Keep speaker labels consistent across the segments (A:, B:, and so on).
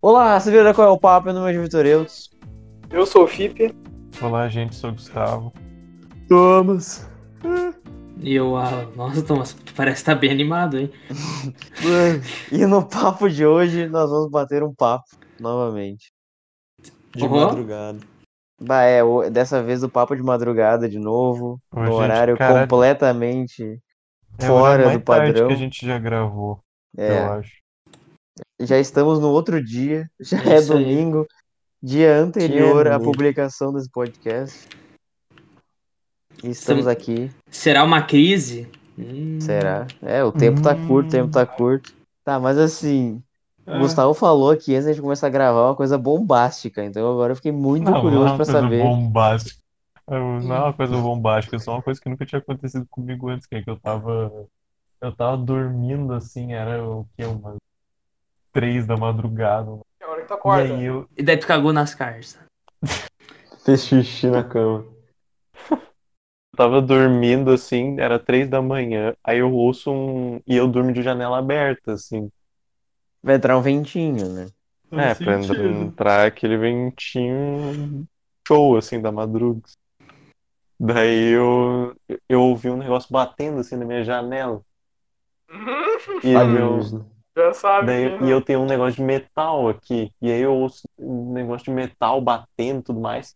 A: Olá, você viu qual é o papo? Meu nome é Vitoreutos.
B: Eu sou o Fipe.
C: Olá, gente, sou o Gustavo.
A: Thomas.
D: E eu, Alan. Nossa, Thomas, tu parece estar bem animado, hein?
A: E no papo de hoje nós vamos bater um papo novamente. De
D: Uhum.
A: madrugada. Bah, é, o- dessa vez o papo de madrugada de novo.
C: Ô,
A: no
C: gente,
A: horário
C: caralho.
A: completamente.
C: É o
A: Fora
C: horário mais
A: do
C: tarde
A: padrão.
C: que a gente já gravou, eu
A: É,
C: acho.
A: já estamos no outro dia, já
D: É
A: é,
D: isso aí.
A: domingo, dia anterior à
B: noite.
A: publicação desse podcast. E estamos
D: Estamos-
A: aqui,
D: Será uma crise? Hum.
A: será? É, o tempo tá curto, o tempo tá curto. Tá, mas assim,
C: É.
A: O Gustavo falou aqui antes da gente começar a gravar é uma coisa bombástica, então agora eu fiquei muito
C: não, não é
A: curioso
C: uma
A: pra
C: coisa
A: saber.
C: bombástica. Eu- Não é uma coisa bombástica, é só uma coisa que nunca tinha acontecido comigo antes, que é que eu tava. Eu tava dormindo assim, era o que? Umas três da madrugada.
B: É a hora que tu
C: E
B: acorda.
C: aí eu.
D: E daí tu cagou nas cartas.
C: Fez xixi na cama. Eu tava dormindo assim, era três da manhã, aí eu ouço um. E eu durmo de janela aberta, assim.
A: Vai entrar um ventinho, né?
C: É, pra entrar aquele ventinho um show, assim, da madruga. Daí eu, eu ouvi um negócio batendo, assim, na minha janela.
B: Hum,
C: E eu,
B: já
D: Tá
B: sabe.
C: daí-
B: né?
C: e eu tenho um negócio de metal aqui. E aí eu ouço um negócio de metal batendo e tudo mais.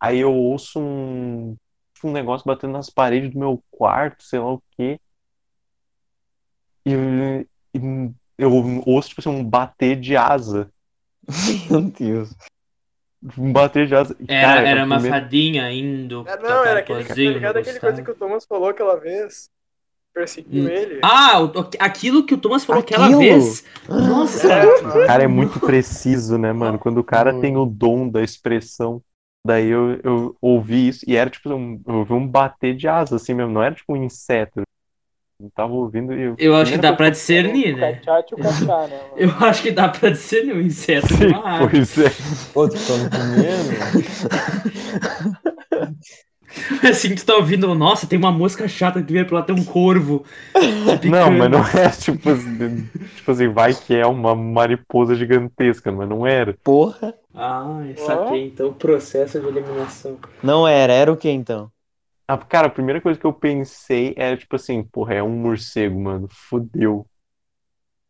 C: Aí eu ouço um, um negócio batendo nas paredes do meu quarto, sei lá o quê. E, e eu ouço, tipo assim, um bater de asa.
A: Meu Deus.
C: Um bater de asa.
D: Era,
C: Cara,
D: era
C: o
D: uma
C: primeiro-
D: fadinha indo.
B: É, não,
D: tocar
B: era aquele, tá
D: pozinho,
B: ligado aquele
D: Gustavo.
B: coisa que o Thomas falou aquela vez? Perseguiu
D: Hum.
B: ele?
D: Ah, o- o- aquilo que o Thomas falou aquela
A: Aquilo?
D: vez. Nossa,
B: É, mano.
C: O cara é muito preciso, né, mano? Quando o cara
B: Uhum.
A: Muito.
C: tem o dom da expressão. Daí eu, eu ouvi isso e era tipo um, eu ouvi um bater de asa assim mesmo, não era tipo um inseto. Eu tava ouvindo e eu.
D: eu acho que dá pra discernir,
B: O
D: né?
B: cachá e o cachá, né? mano?
D: Eu acho que dá pra discernir um inseto de
C: Sim,
D: uma árvore.
C: pois é.
E: Pô, tu tá me comendo?
D: Assim, tu tá ouvindo, nossa, tem uma mosca chata que veio pra lá, tem um corvo.
C: Não,
D: um
C: mas não é tipo assim, tipo assim, vai que é uma mariposa gigantesca, mas não era.
A: Porra.
D: Ah, eu saquei, então, o processo de eliminação.
A: Não era, era o que então?
C: Ah, cara, a primeira coisa que eu pensei era tipo assim, porra, é um morcego, mano. Fodeu.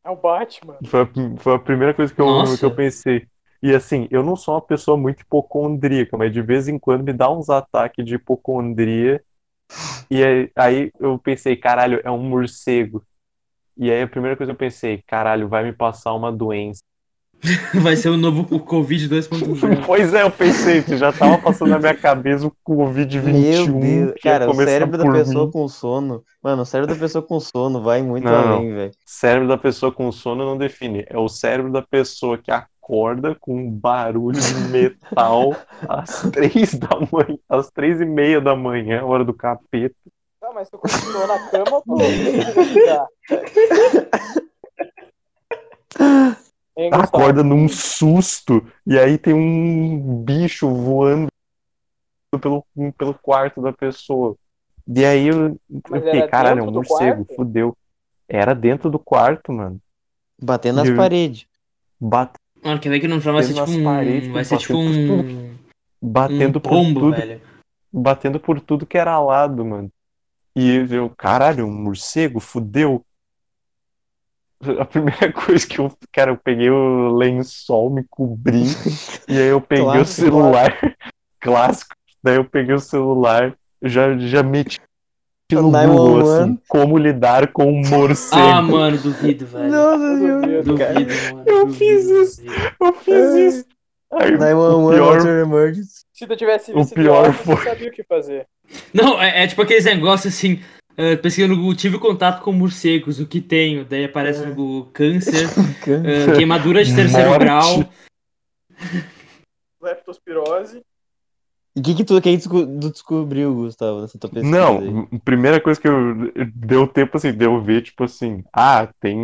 B: É o Batman.
C: Foi a, prim- foi a primeira coisa que eu,
D: Nossa.
C: que eu pensei. E assim, eu não sou uma pessoa muito hipocondríaca, mas de vez em quando me dá uns ataques de hipocondria. E aí, aí eu pensei, caralho, é um morcego. E aí a primeira coisa que eu pensei, caralho, vai me passar uma doença.
D: Vai ser o novo o Covid 2.0.
C: Pois é, eu pensei, que já tava passando na minha cabeça o Covid-21.
A: Meu Deus.
C: que ia
A: Cara, o
C: começar
A: cérebro da
C: por
A: pessoa
C: mim.
A: com sono. Mano, o cérebro da pessoa com sono vai muito
C: Não, não.
A: além, velho.
C: Cérebro da pessoa com sono não define. É o cérebro da pessoa que acorda com um barulho de metal às três da manhã, às três e meia da manhã, hora do capeta.
B: Tá, mas tu continuou na cama ou tu tá? Hein, Gustavo?
C: Acorda num susto e aí tem um bicho voando pelo, pelo quarto da pessoa. E aí eu, eu
B: Mas
C: fiquei,
B: era
C: caralho, é um
B: dentro do
C: morcego,
B: quarto?
C: fudeu. Era dentro do quarto, mano.
A: Batendo nas
C: Eu-
A: paredes.
C: Bate-
D: Mano, quer ver que não vai ser
C: Tem
D: tipo
C: umas paredes
D: um.
C: que
D: Vai ser tipo
C: passam
D: um. Um
C: batendo tá por
D: pombo,
C: tudo.
D: velho.
C: batendo por tudo que era lado, mano. E eu, caralho, um morcego, fudeu. A primeira coisa que eu, cara, eu peguei o lençol, me cobri, e aí eu peguei o
A: Clássico.
C: celular, clássico, daí eu peguei o celular, já, já meti no Google,
A: 911.
C: assim, como lidar com um morcego.
D: Ah, mano, duvido, velho.
A: Nossa
B: Meu
A: senhora.
B: Deus, cara.
D: duvido, mano.
C: eu
D: duvido,
C: fiz isso.
D: duvido.
C: Eu fiz isso. Aí, o
A: 911
C: pior-
A: what's your emergency.
B: Se tu tivesse
C: O
B: visto
C: pior
B: áudio, tu
C: foi-
B: sabia o que fazer.
D: Não, é, é tipo aqueles negócios assim. eh, pesquisando no Google, tive contato com morcegos, o que tenho? Daí
C: É.
D: aparece no Google câncer, eh, queimadura de terceiro
C: Morte.
D: grau.
B: Leptospirose.
A: E o que, que, tu, que que tu descobriu, Gustavo, nessa tua pesquisa? aí?
C: Não, a primeira coisa que eu deu tempo assim, deu ver, tipo assim, ah, tem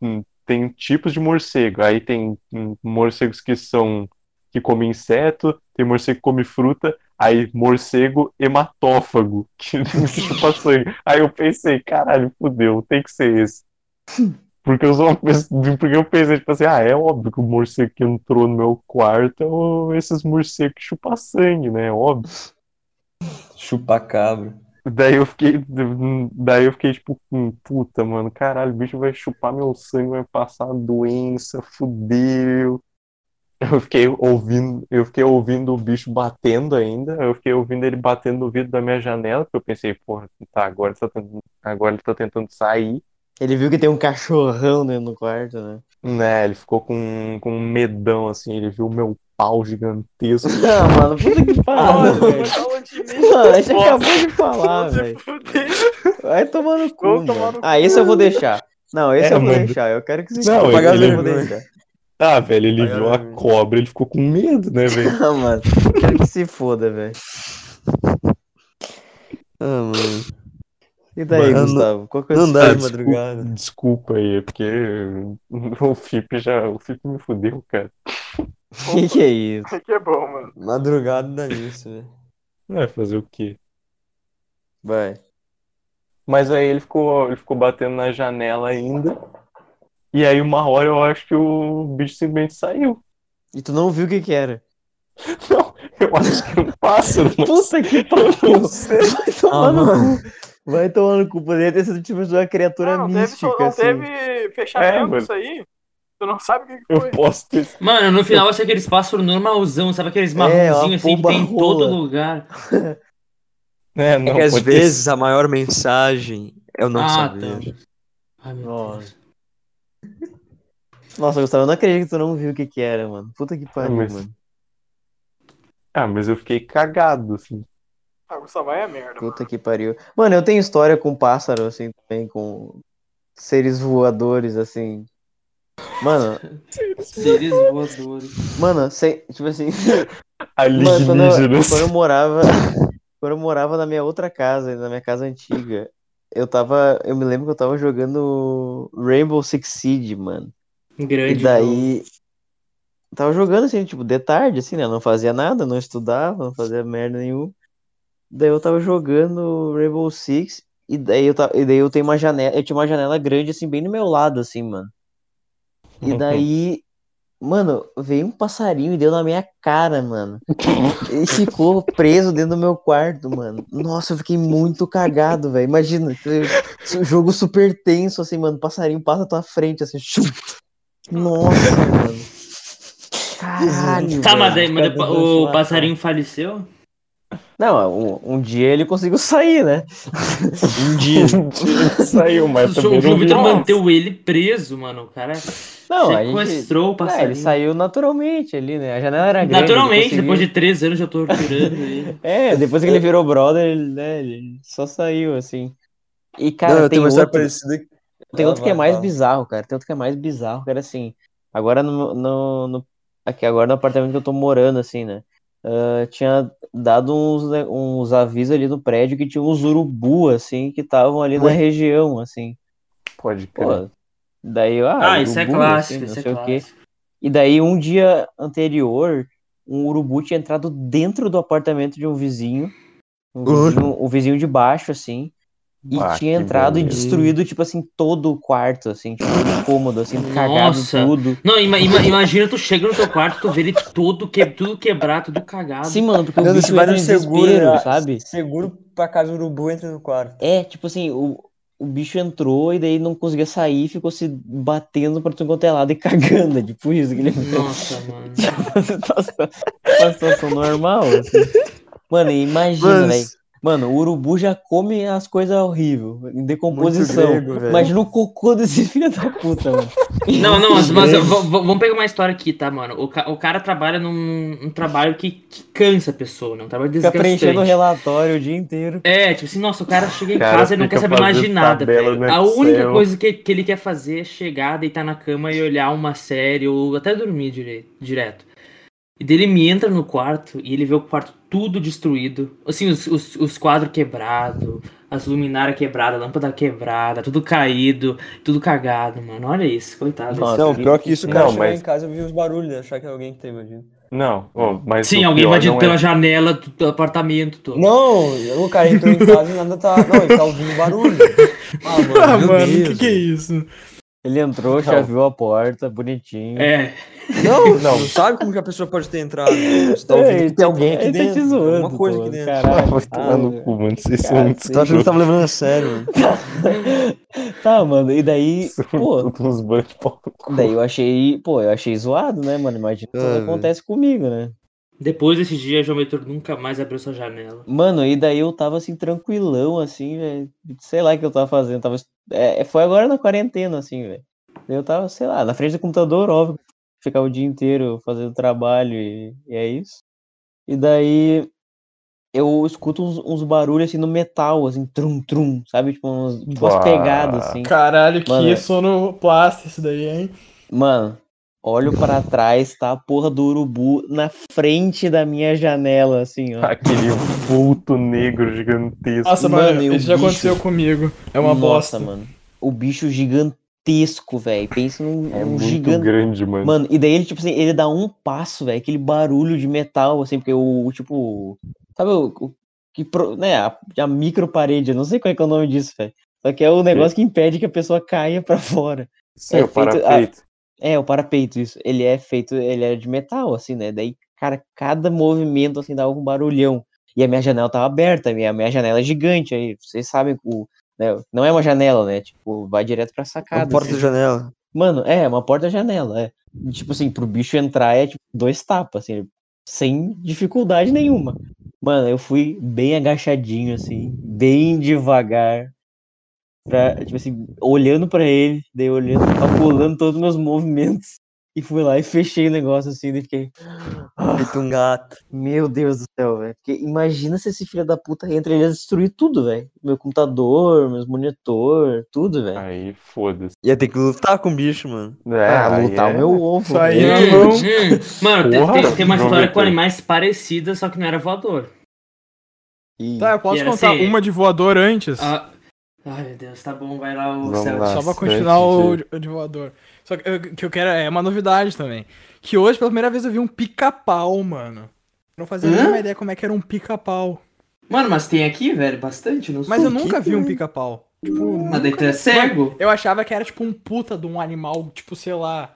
C: hum, tem tipos de morcego. Aí tem hum, morcegos que são que comem inseto, tem morcego que come fruta, aí morcego hematófago, que tipo assim. Aí eu pensei, caralho, fudeu, tem que ser esse. Porque eu, só, pensei- porque eu pensei, tipo assim, ah, é óbvio que o morcego que entrou no meu quarto é o- esses morcegos que chupam sangue, né? É Óbvio.
E: Chupacabra.
C: Daí eu fiquei, daí eu fiquei tipo, hum, puta, mano, caralho, o bicho vai chupar meu sangue, vai passar doença, fudeu. Eu fiquei ouvindo, eu fiquei ouvindo o bicho batendo ainda, eu fiquei ouvindo ele batendo no vidro da minha janela, porque eu pensei, porra, tá, agora ele tá tentando, agora ele tá tentando sair.
A: Ele viu que tem um cachorrão dentro do quarto, né?
C: Né, ele ficou com, com um medão, assim, ele viu o meu pau gigantesco.
A: Não, mano, puta que
B: Ah,
A: pariu,
B: mano,
A: velho.
B: fala de mim.
A: Mano, a gente
B: Nossa.
A: acabou de falar,
B: Se
A: velho.
B: fuder.
A: Vai tomar no cu,
B: Vamos tomar
A: mano.
B: no
A: Ah, esse eu vou deixar. Não, esse
C: É,
A: eu vou
C: mano.
A: deixar. Eu quero que vocês
C: Não,
A: falem,
E: ele-
A: eu vou
E: ele-
A: deixar.
C: Ah, velho, ele
E: Ai,
C: viu a
E: ai, ai.
C: cobra, ele ficou com medo, né, velho?
A: Ah, mano, quero que se foda, velho. Ah, mano. E daí,
E: Mano,
A: Gustavo? Qual que é o
E: Não dá de
C: desculpa.
E: madrugada.
C: Desculpa aí, é porque o Fipe já. O Fipe me fudeu, cara.
A: que, que é isso?
B: Isso aqui é bom, mano.
E: Madrugada dá nisso, velho.
C: Vai fazer o quê?
A: Vai.
C: Mas aí ele ficou, ele ficou batendo na janela ainda. E aí uma hora eu acho que o bicho simplesmente saiu.
A: E tu não viu o que que era?
C: Não, eu acho que é um pássaro, mas
A: Puta que pariu! Vai tomar
E: Ah,
A: no cu. Vai tomar no cu. Poderia ter sido tipo uma criatura
B: Ah, não teve,
A: mística,
B: não
A: assim.
B: teve
C: É,
B: fechamento
C: mano.
B: isso aí? Tu não sabe o que que
C: eu
B: foi?
C: posso ter.
D: Mano, no final eu achei aqueles pássaros normalzão, sabe aqueles marronzinhos
A: uma
D: assim que tem em todo
A: pomba-rola.
D: lugar.
C: É,
E: É
C: não,
E: que às
C: pode ter-
E: vezes a maior mensagem é o não
D: ah,
E: saber.
D: tá. Ai, meu
A: Nossa.
D: Deus.
A: Nossa, Gustavo, eu não acredito que tu não viu o que que era, mano. Puta que pariu,
C: mas-
A: mano.
C: Ah, mas eu fiquei cagado, assim.
B: Ah, Gustavo, vai é merda. mano.
A: Puta que pariu. Mano, eu tenho história com pássaro, assim, também, com seres voadores, assim. Mano,
D: Seres voadores.
A: mano, sem, tipo assim, mano, quando eu,
C: Alienígenas.
A: quando eu morava. Quando eu morava na minha outra casa, na minha casa antiga, eu tava. Eu me lembro que eu tava jogando Rainbow Six Siege, mano. E
D: Grande. jogo.
A: daí. né, Tava jogando assim, tipo, de tarde, assim, né? Não fazia nada, não estudava, não fazia merda nenhuma. Daí eu tava jogando Rainbow Six, e daí eu, ta- e daí eu tenho uma janela. Eu tinha uma janela grande, assim, bem no meu lado, assim, mano. E daí. Mano, veio um passarinho e deu na minha cara, mano. E ficou preso dentro do meu quarto, mano. Nossa, eu fiquei muito cagado, velho. Imagina, tu- Um jogo super tenso, assim, mano. Passarinho passa à tua frente, assim. chum. Nossa, mano. Caralho.
D: Tá,
A: velho.
D: mas, daí, mas
A: Cada
D: depois-
A: dois
D: o
A: lá,
D: passarinho faleceu?
A: Não, um, um dia ele conseguiu sair, né?
E: Um dia.
C: Saiu, mas
D: o
C: também
D: João
C: não vi.
D: Vitor manteu ele preso, mano. O cara
A: Não, a gente.
D: sequestrou o
A: É, ele
D: passarinho.
A: saiu naturalmente ali, né? A janela era grande. ele
D: Naturalmente,
A: conseguiu-
D: depois de três anos já torturando ele.
A: É, depois que ele virou brother, ele, né, ele só saiu, assim. E, cara,
E: Não, eu
A: tem
E: tenho uma
A: outro,
E: história parecida.
A: tem
E: Ah,
A: outro que é
E: vai,
A: mais
E: fala.
A: bizarro, cara. Tem outro que é mais bizarro, cara, assim. Agora no, no, no- aqui, agora no apartamento que eu tô morando, assim, né? ah, tinha dado uns, né, uns avisos ali no prédio que tinha uns urubu, assim, que estavam ali na
E: Ué.
A: região, assim.
C: Pode crer.
A: Pô, daí eu, ah,
D: Ah, isso é
A: urubu,
D: clássico,
A: assim, não
D: isso é
A: sei o quê.
D: clássico.
A: E daí, um dia anterior, um urubu tinha entrado dentro do apartamento de um vizinho, um
E: Ui.
A: vizinho, um vizinho de baixo, assim, e
C: Ah,
A: tinha
C: que
A: entrado e
C: beleza.
A: destruído, tipo assim, todo o quarto, assim, tipo, todo o cômodo, assim, cagado
D: Nossa.
A: tudo.
D: Não, ima- ima- imagina tu chega no teu quarto, tu vê ele todo que, tudo quebrado, tudo cagado.
A: Sim, Assim, mano, porque o
E: Não,
A: bicho
E: você vai
A: entra
E: no
A: em
E: seguro,
A: desespero,
E: ah,
A: sabe?
E: Seguro pra casa do urubu entra no quarto.
A: É, tipo assim, o, o bicho entrou e daí não conseguia sair, ficou se batendo pra tudo quanto é lado e cagando, é tipo isso que ele
D: Nossa, mano.
A: situação, uma situação tá normal. assim. Mano, e imagina,
E: Mano,
A: velho. Mano, o urubu já come as coisas horríveis, em decomposição.
E: grego, velho.
A: imagina o cocô desse filho da puta, mano.
D: Não, não, mas, mas v- v- vamos pegar uma história aqui, tá, mano? O, ca- o cara trabalha num um trabalho que, que cansa a pessoa, né? Um trabalho
A: Fica preenchendo o
D: desgastante.
A: relatório o dia inteiro.
D: É, tipo assim, nossa, o cara chega em
C: Cara,
D: casa e não
C: fica
D: quer saber mais de
C: fazendo
D: nada,
C: tabela
D: velho.
C: no
D: A única
C: Excel.
D: coisa que, que ele quer fazer é chegar, deitar na cama e olhar uma série ou até dormir dire- direto. E dele me entra no quarto e ele vê o quarto tudo destruído. Assim, os, os, os quadros quebrados, as luminárias quebradas, a lâmpada quebrada, tudo caído, tudo cagado, mano. Olha isso, coitado.
A: Nossa,
E: Não, pior que isso, o cara
C: Não,
E: chegou
C: mas-
E: em casa e viu os barulhos, né?
A: é
E: achar que era alguém
A: tá
E: que teve invadido.
C: Não, ô, mas
D: Sim,
C: o
D: alguém
C: pior
D: invadido
C: não é-
D: pela janela do, do apartamento todo.
E: Não, o cara entrou em casa e nada tá. Não, ele tá ouvindo barulho. Ah, mano, meu Deus, velho.
F: isso?
A: Ele entrou, chaveou a porta, bonitinho.
D: É,
E: Não, não. sabe como que a pessoa pode ter entrado. Você tá
A: É,
E: ouvindo
A: ele
E: que tem alguém aqui
A: ele tá
E: dentro.
A: te zoando,
E: alguma coisa
A: pô,
E: aqui dentro.
A: caralho.
C: Vai tomar
A: Ah,
C: no cu, mano. Vocês são
A: cara,
C: muito
A: sim.
E: Tá achando que tá me levando a sério. mano.
A: Tá, mano, e daí,
E: é
A: pô,
C: Todos uns banhos de pau no cu.
A: daí eu achei, pô, eu achei zoado, né, mano? Imagina
E: Ah,
A: o que
E: velho.
A: acontece comigo, né?
D: depois desse dia, João Vitor nunca mais abriu sua janela.
A: Mano, e daí eu tava assim, tranquilão, assim, velho. Sei lá o que eu tava fazendo. Tava... É, foi agora na quarentena, assim, velho. Eu tava, sei lá, na frente do computador, óbvio. Ficar o dia inteiro fazendo trabalho e, e é isso. E daí eu escuto uns, uns barulhos assim no metal, assim, trum-trum, sabe? Tipo, uns, tipo umas
C: Bah.
A: pegadas, assim.
F: Caralho, que
A: Mano, é.
F: sonoplasta isso daí, hein?
A: Mano, olho pra trás, tá a porra do urubu na frente da minha janela, assim, ó.
C: Aquele vulto negro gigantesco.
F: Nossa,
A: Mano,
F: mano,
A: e o
F: isso já
A: bicho?
F: aconteceu comigo. É uma
A: Nossa,
F: bosta.
A: mano. O bicho gigantesco, velho. Pensa num
C: é
A: um
C: muito
A: gigante.
C: grande, mano.
A: Mano, e daí ele, tipo assim, ele dá um passo, velho, aquele barulho de metal, assim, porque o, o tipo. Sabe o. o que, pro- né, a, a micro parede, eu não sei qual é, que é o nome disso, velho. Só que é o negócio que impede que a pessoa caia pra fora.
C: Sim,
A: é
C: o
A: feito-
C: parapeito.
A: É, o parapeito, isso. Ele é feito, ele é de metal, assim, né? Daí, cara, cada movimento, assim, dava um barulhão. E a minha janela tava aberta, a minha, a minha janela é gigante, aí vocês sabem, o, né, não é uma janela, né? Tipo, vai direto pra
E: A
A: sacada.
E: porta
A: assim.
E: da janela.
A: Mano, é, uma porta-janela, é. E, Tipo assim, pro bicho entrar é tipo, dois tapas, assim, sem dificuldade nenhuma. Mano, eu fui bem agachadinho, assim, bem devagar, pra, tipo assim, olhando pra ele, daí olhando, calculando todos os meus movimentos, e fui lá e fechei o negócio, assim, daí fiquei,
E: Feito um gato.
A: meu Deus do céu, velho. Porque imagina se esse filho da puta entra, ele ia destruir tudo, velho. Meu computador, meus monitor, tudo, velho.
C: Aí, foda-se.
E: Ia ter que lutar com o bicho, mano.
C: É,
A: Ah,
C: aí
A: lutar
C: é-
A: o meu ovo,
F: Isso aí
A: velho.
D: é
F: não, não.
D: Mano, tem-
C: Porra,
D: tem, tem uma
C: João
D: história
C: Vitor.
D: com animais parecida, só que não era voador.
A: Ih.
F: Tá, eu posso
D: Era
F: contar
D: assim-
F: uma de voador antes?
D: Ah, ai, meu Deus, tá bom, vai lá o
C: Vamos
D: Celso.
C: lá.
F: Só pra
C: bastante
F: continuar o, o de voador. Só que eu, que eu quero é uma novidade também. Que hoje, pela primeira vez, eu vi um pica-pau, mano. Eu Não fazia
D: Hã?
F: nenhuma ideia como é que era um pica-pau.
D: Mano, mas tem aqui, velho, bastante. Não
F: Mas eu nunca vi um pica-pau. Tipo,
D: Mas daí tu é cego?
F: eu achava que era tipo um puta de um animal, tipo, sei lá,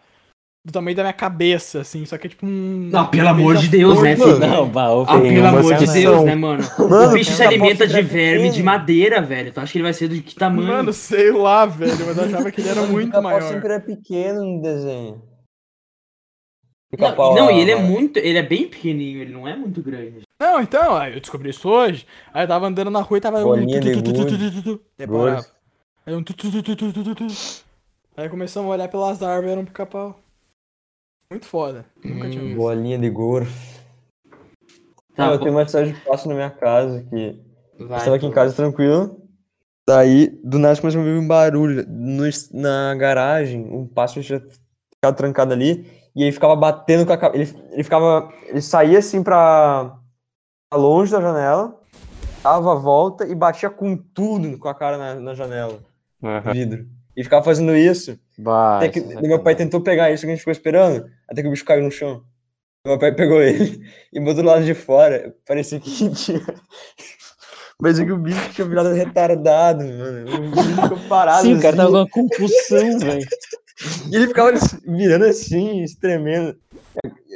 F: do tamanho da minha cabeça, assim. Só que é tipo um.
D: Não, Ah, pelo amor de Deus, né,
E: Mano,
D: filho?
A: Não, bah, ô,
D: Ah,
A: filho.
C: tem
D: pelo
C: uma
D: amor de
C: sensação.
D: Deus, né, mano?
E: Mano,
D: o bicho se
E: cara,
D: alimenta
E: posso
D: de
E: tirar
D: verme,
E: pequeno.
D: de madeira, velho. Tu acha que ele vai ser de que tamanho?
F: Mano, sei lá, velho. Mas eu achava que ele era muito
E: Pica-pau
F: maior.
E: sempre é pequeno no desenho.
D: não,
E: Pica-pau
D: não,
E: lá,
D: e ele é
E: mano.
D: muito. Ele é bem pequenininho, ele não é muito grande.
F: Não, então, aí eu descobri isso hoje. Aí eu tava andando na rua e tava. um
E: Bolinha de
F: tu, tu, tu, tu,
E: gude.
F: tu, tu, tu. Daí
E: Gude.
F: parava. Aí um. tu, tu, tu, tu, tu, tu, tu, tu. Aí começamos a olhar pelas árvores, era um pica-pau. Muito foda. Nunca tinha visto.
E: Bolinha de gorro.
D: Tá,
E: Não, eu
D: bom,
E: tenho uma história de passo na minha casa que
D: vai.
E: estava aqui em casa tranquilo. Daí, do nada, começou a ouvir um barulho. No, es- na garagem, um pássaro tinha ficado trancado ali. E ele ficava batendo com a cabeça. Ele, ele ficava. Ele saía assim pra, pra longe da janela, dava a volta e batia com tudo com a cara na, na janela, no
C: Aham.
E: vidro. E ficava fazendo isso.
A: Bah,
E: Até que
A: isso é
E: meu pai
A: sacanagem.
E: tentou pegar isso que a gente ficou esperando, até que o bicho caiu no chão. Meu pai pegou ele e botou do lado de fora. Parecia que tinha. Parecia que o bicho tinha virado retardado, mano. O bicho ficou parado.
A: Sim, o cara tava
E: assim,
A: com uma compulsão, velho.
E: E ele ficava virando assim, tremendo.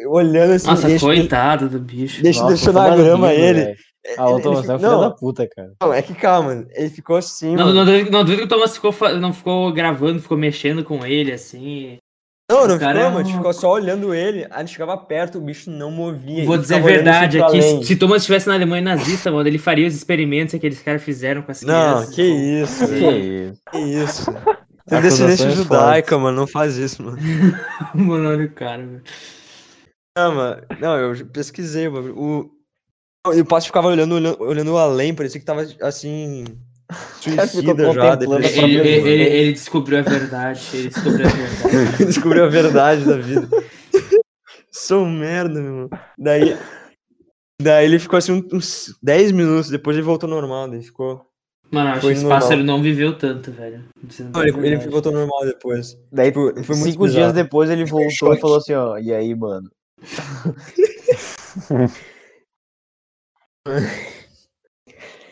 E: Olhando assim,
D: Nossa,
E: deixa-
D: coitado do bicho.
E: deixa-
A: Nossa,
E: deixou
A: tá
E: na grama
A: maravilha,
E: ele.
A: velho.
E: ele-
A: Ah, o
E: ele
A: Thomas é um
E: fi-
A: filho da
E: não,
A: puta, cara.
E: não, é que calma. Ele ficou assim,
D: Não,
E: mano.
D: não, duvido, não duvido que o Thomas ficou, fa- não ficou gravando, ficou mexendo com ele, assim.
E: Não, não
D: O cara é
E: ficou, mano. A gente
D: um-
E: ficou só olhando ele. Aí ele chegava perto, o bicho não movia.
D: Vou
E: ele
D: dizer a
E: ficava olhando
D: verdade
E: assim pra
D: aqui.
E: além.
D: Se, se Thomas estivesse na Alemanha nazista, mano, ele faria os experimentos que aqueles caras fizeram com as
E: Não,
D: crianças.
E: que isso.
A: Que isso.
E: Que isso?
A: Tem descendência
E: Tem descendência
A: judaica,
E: judaica, mano. Não faz isso, mano.
D: Mano, olha o cara, velho.
E: Não, mano. Não, eu pesquisei, mano. O... Não, E o Passo ficava olhando, olhando, olhando além, parecia que tava assim.
A: cara ficou
E: Suicida já.
A: contemplando a
E: depressivo,
D: Ele,
A: própria
D: ele-
E: mano.
D: ele- ele descobriu a verdade. Ele descobriu a verdade.
E: Descobriu a verdade da vida. Sou um merda, meu irmão. Daí. Daí ele ficou assim uns 10 minutos, depois ele voltou ao normal, daí ficou.
D: Mano, acho que
E: Foi
D: esse
E: normal.
D: pássaro não viveu tanto, velho. Dizendo
E: Não,
D: a
E: ele, ele
D: verdade.
E: voltou ao normal depois.
A: Daí,
E: Tipo, foi muito
A: cinco dias
E: bizarro.
A: depois, ele
E: Ficou em
A: voltou e
E: choque.
A: falou assim, ó, e aí, mano?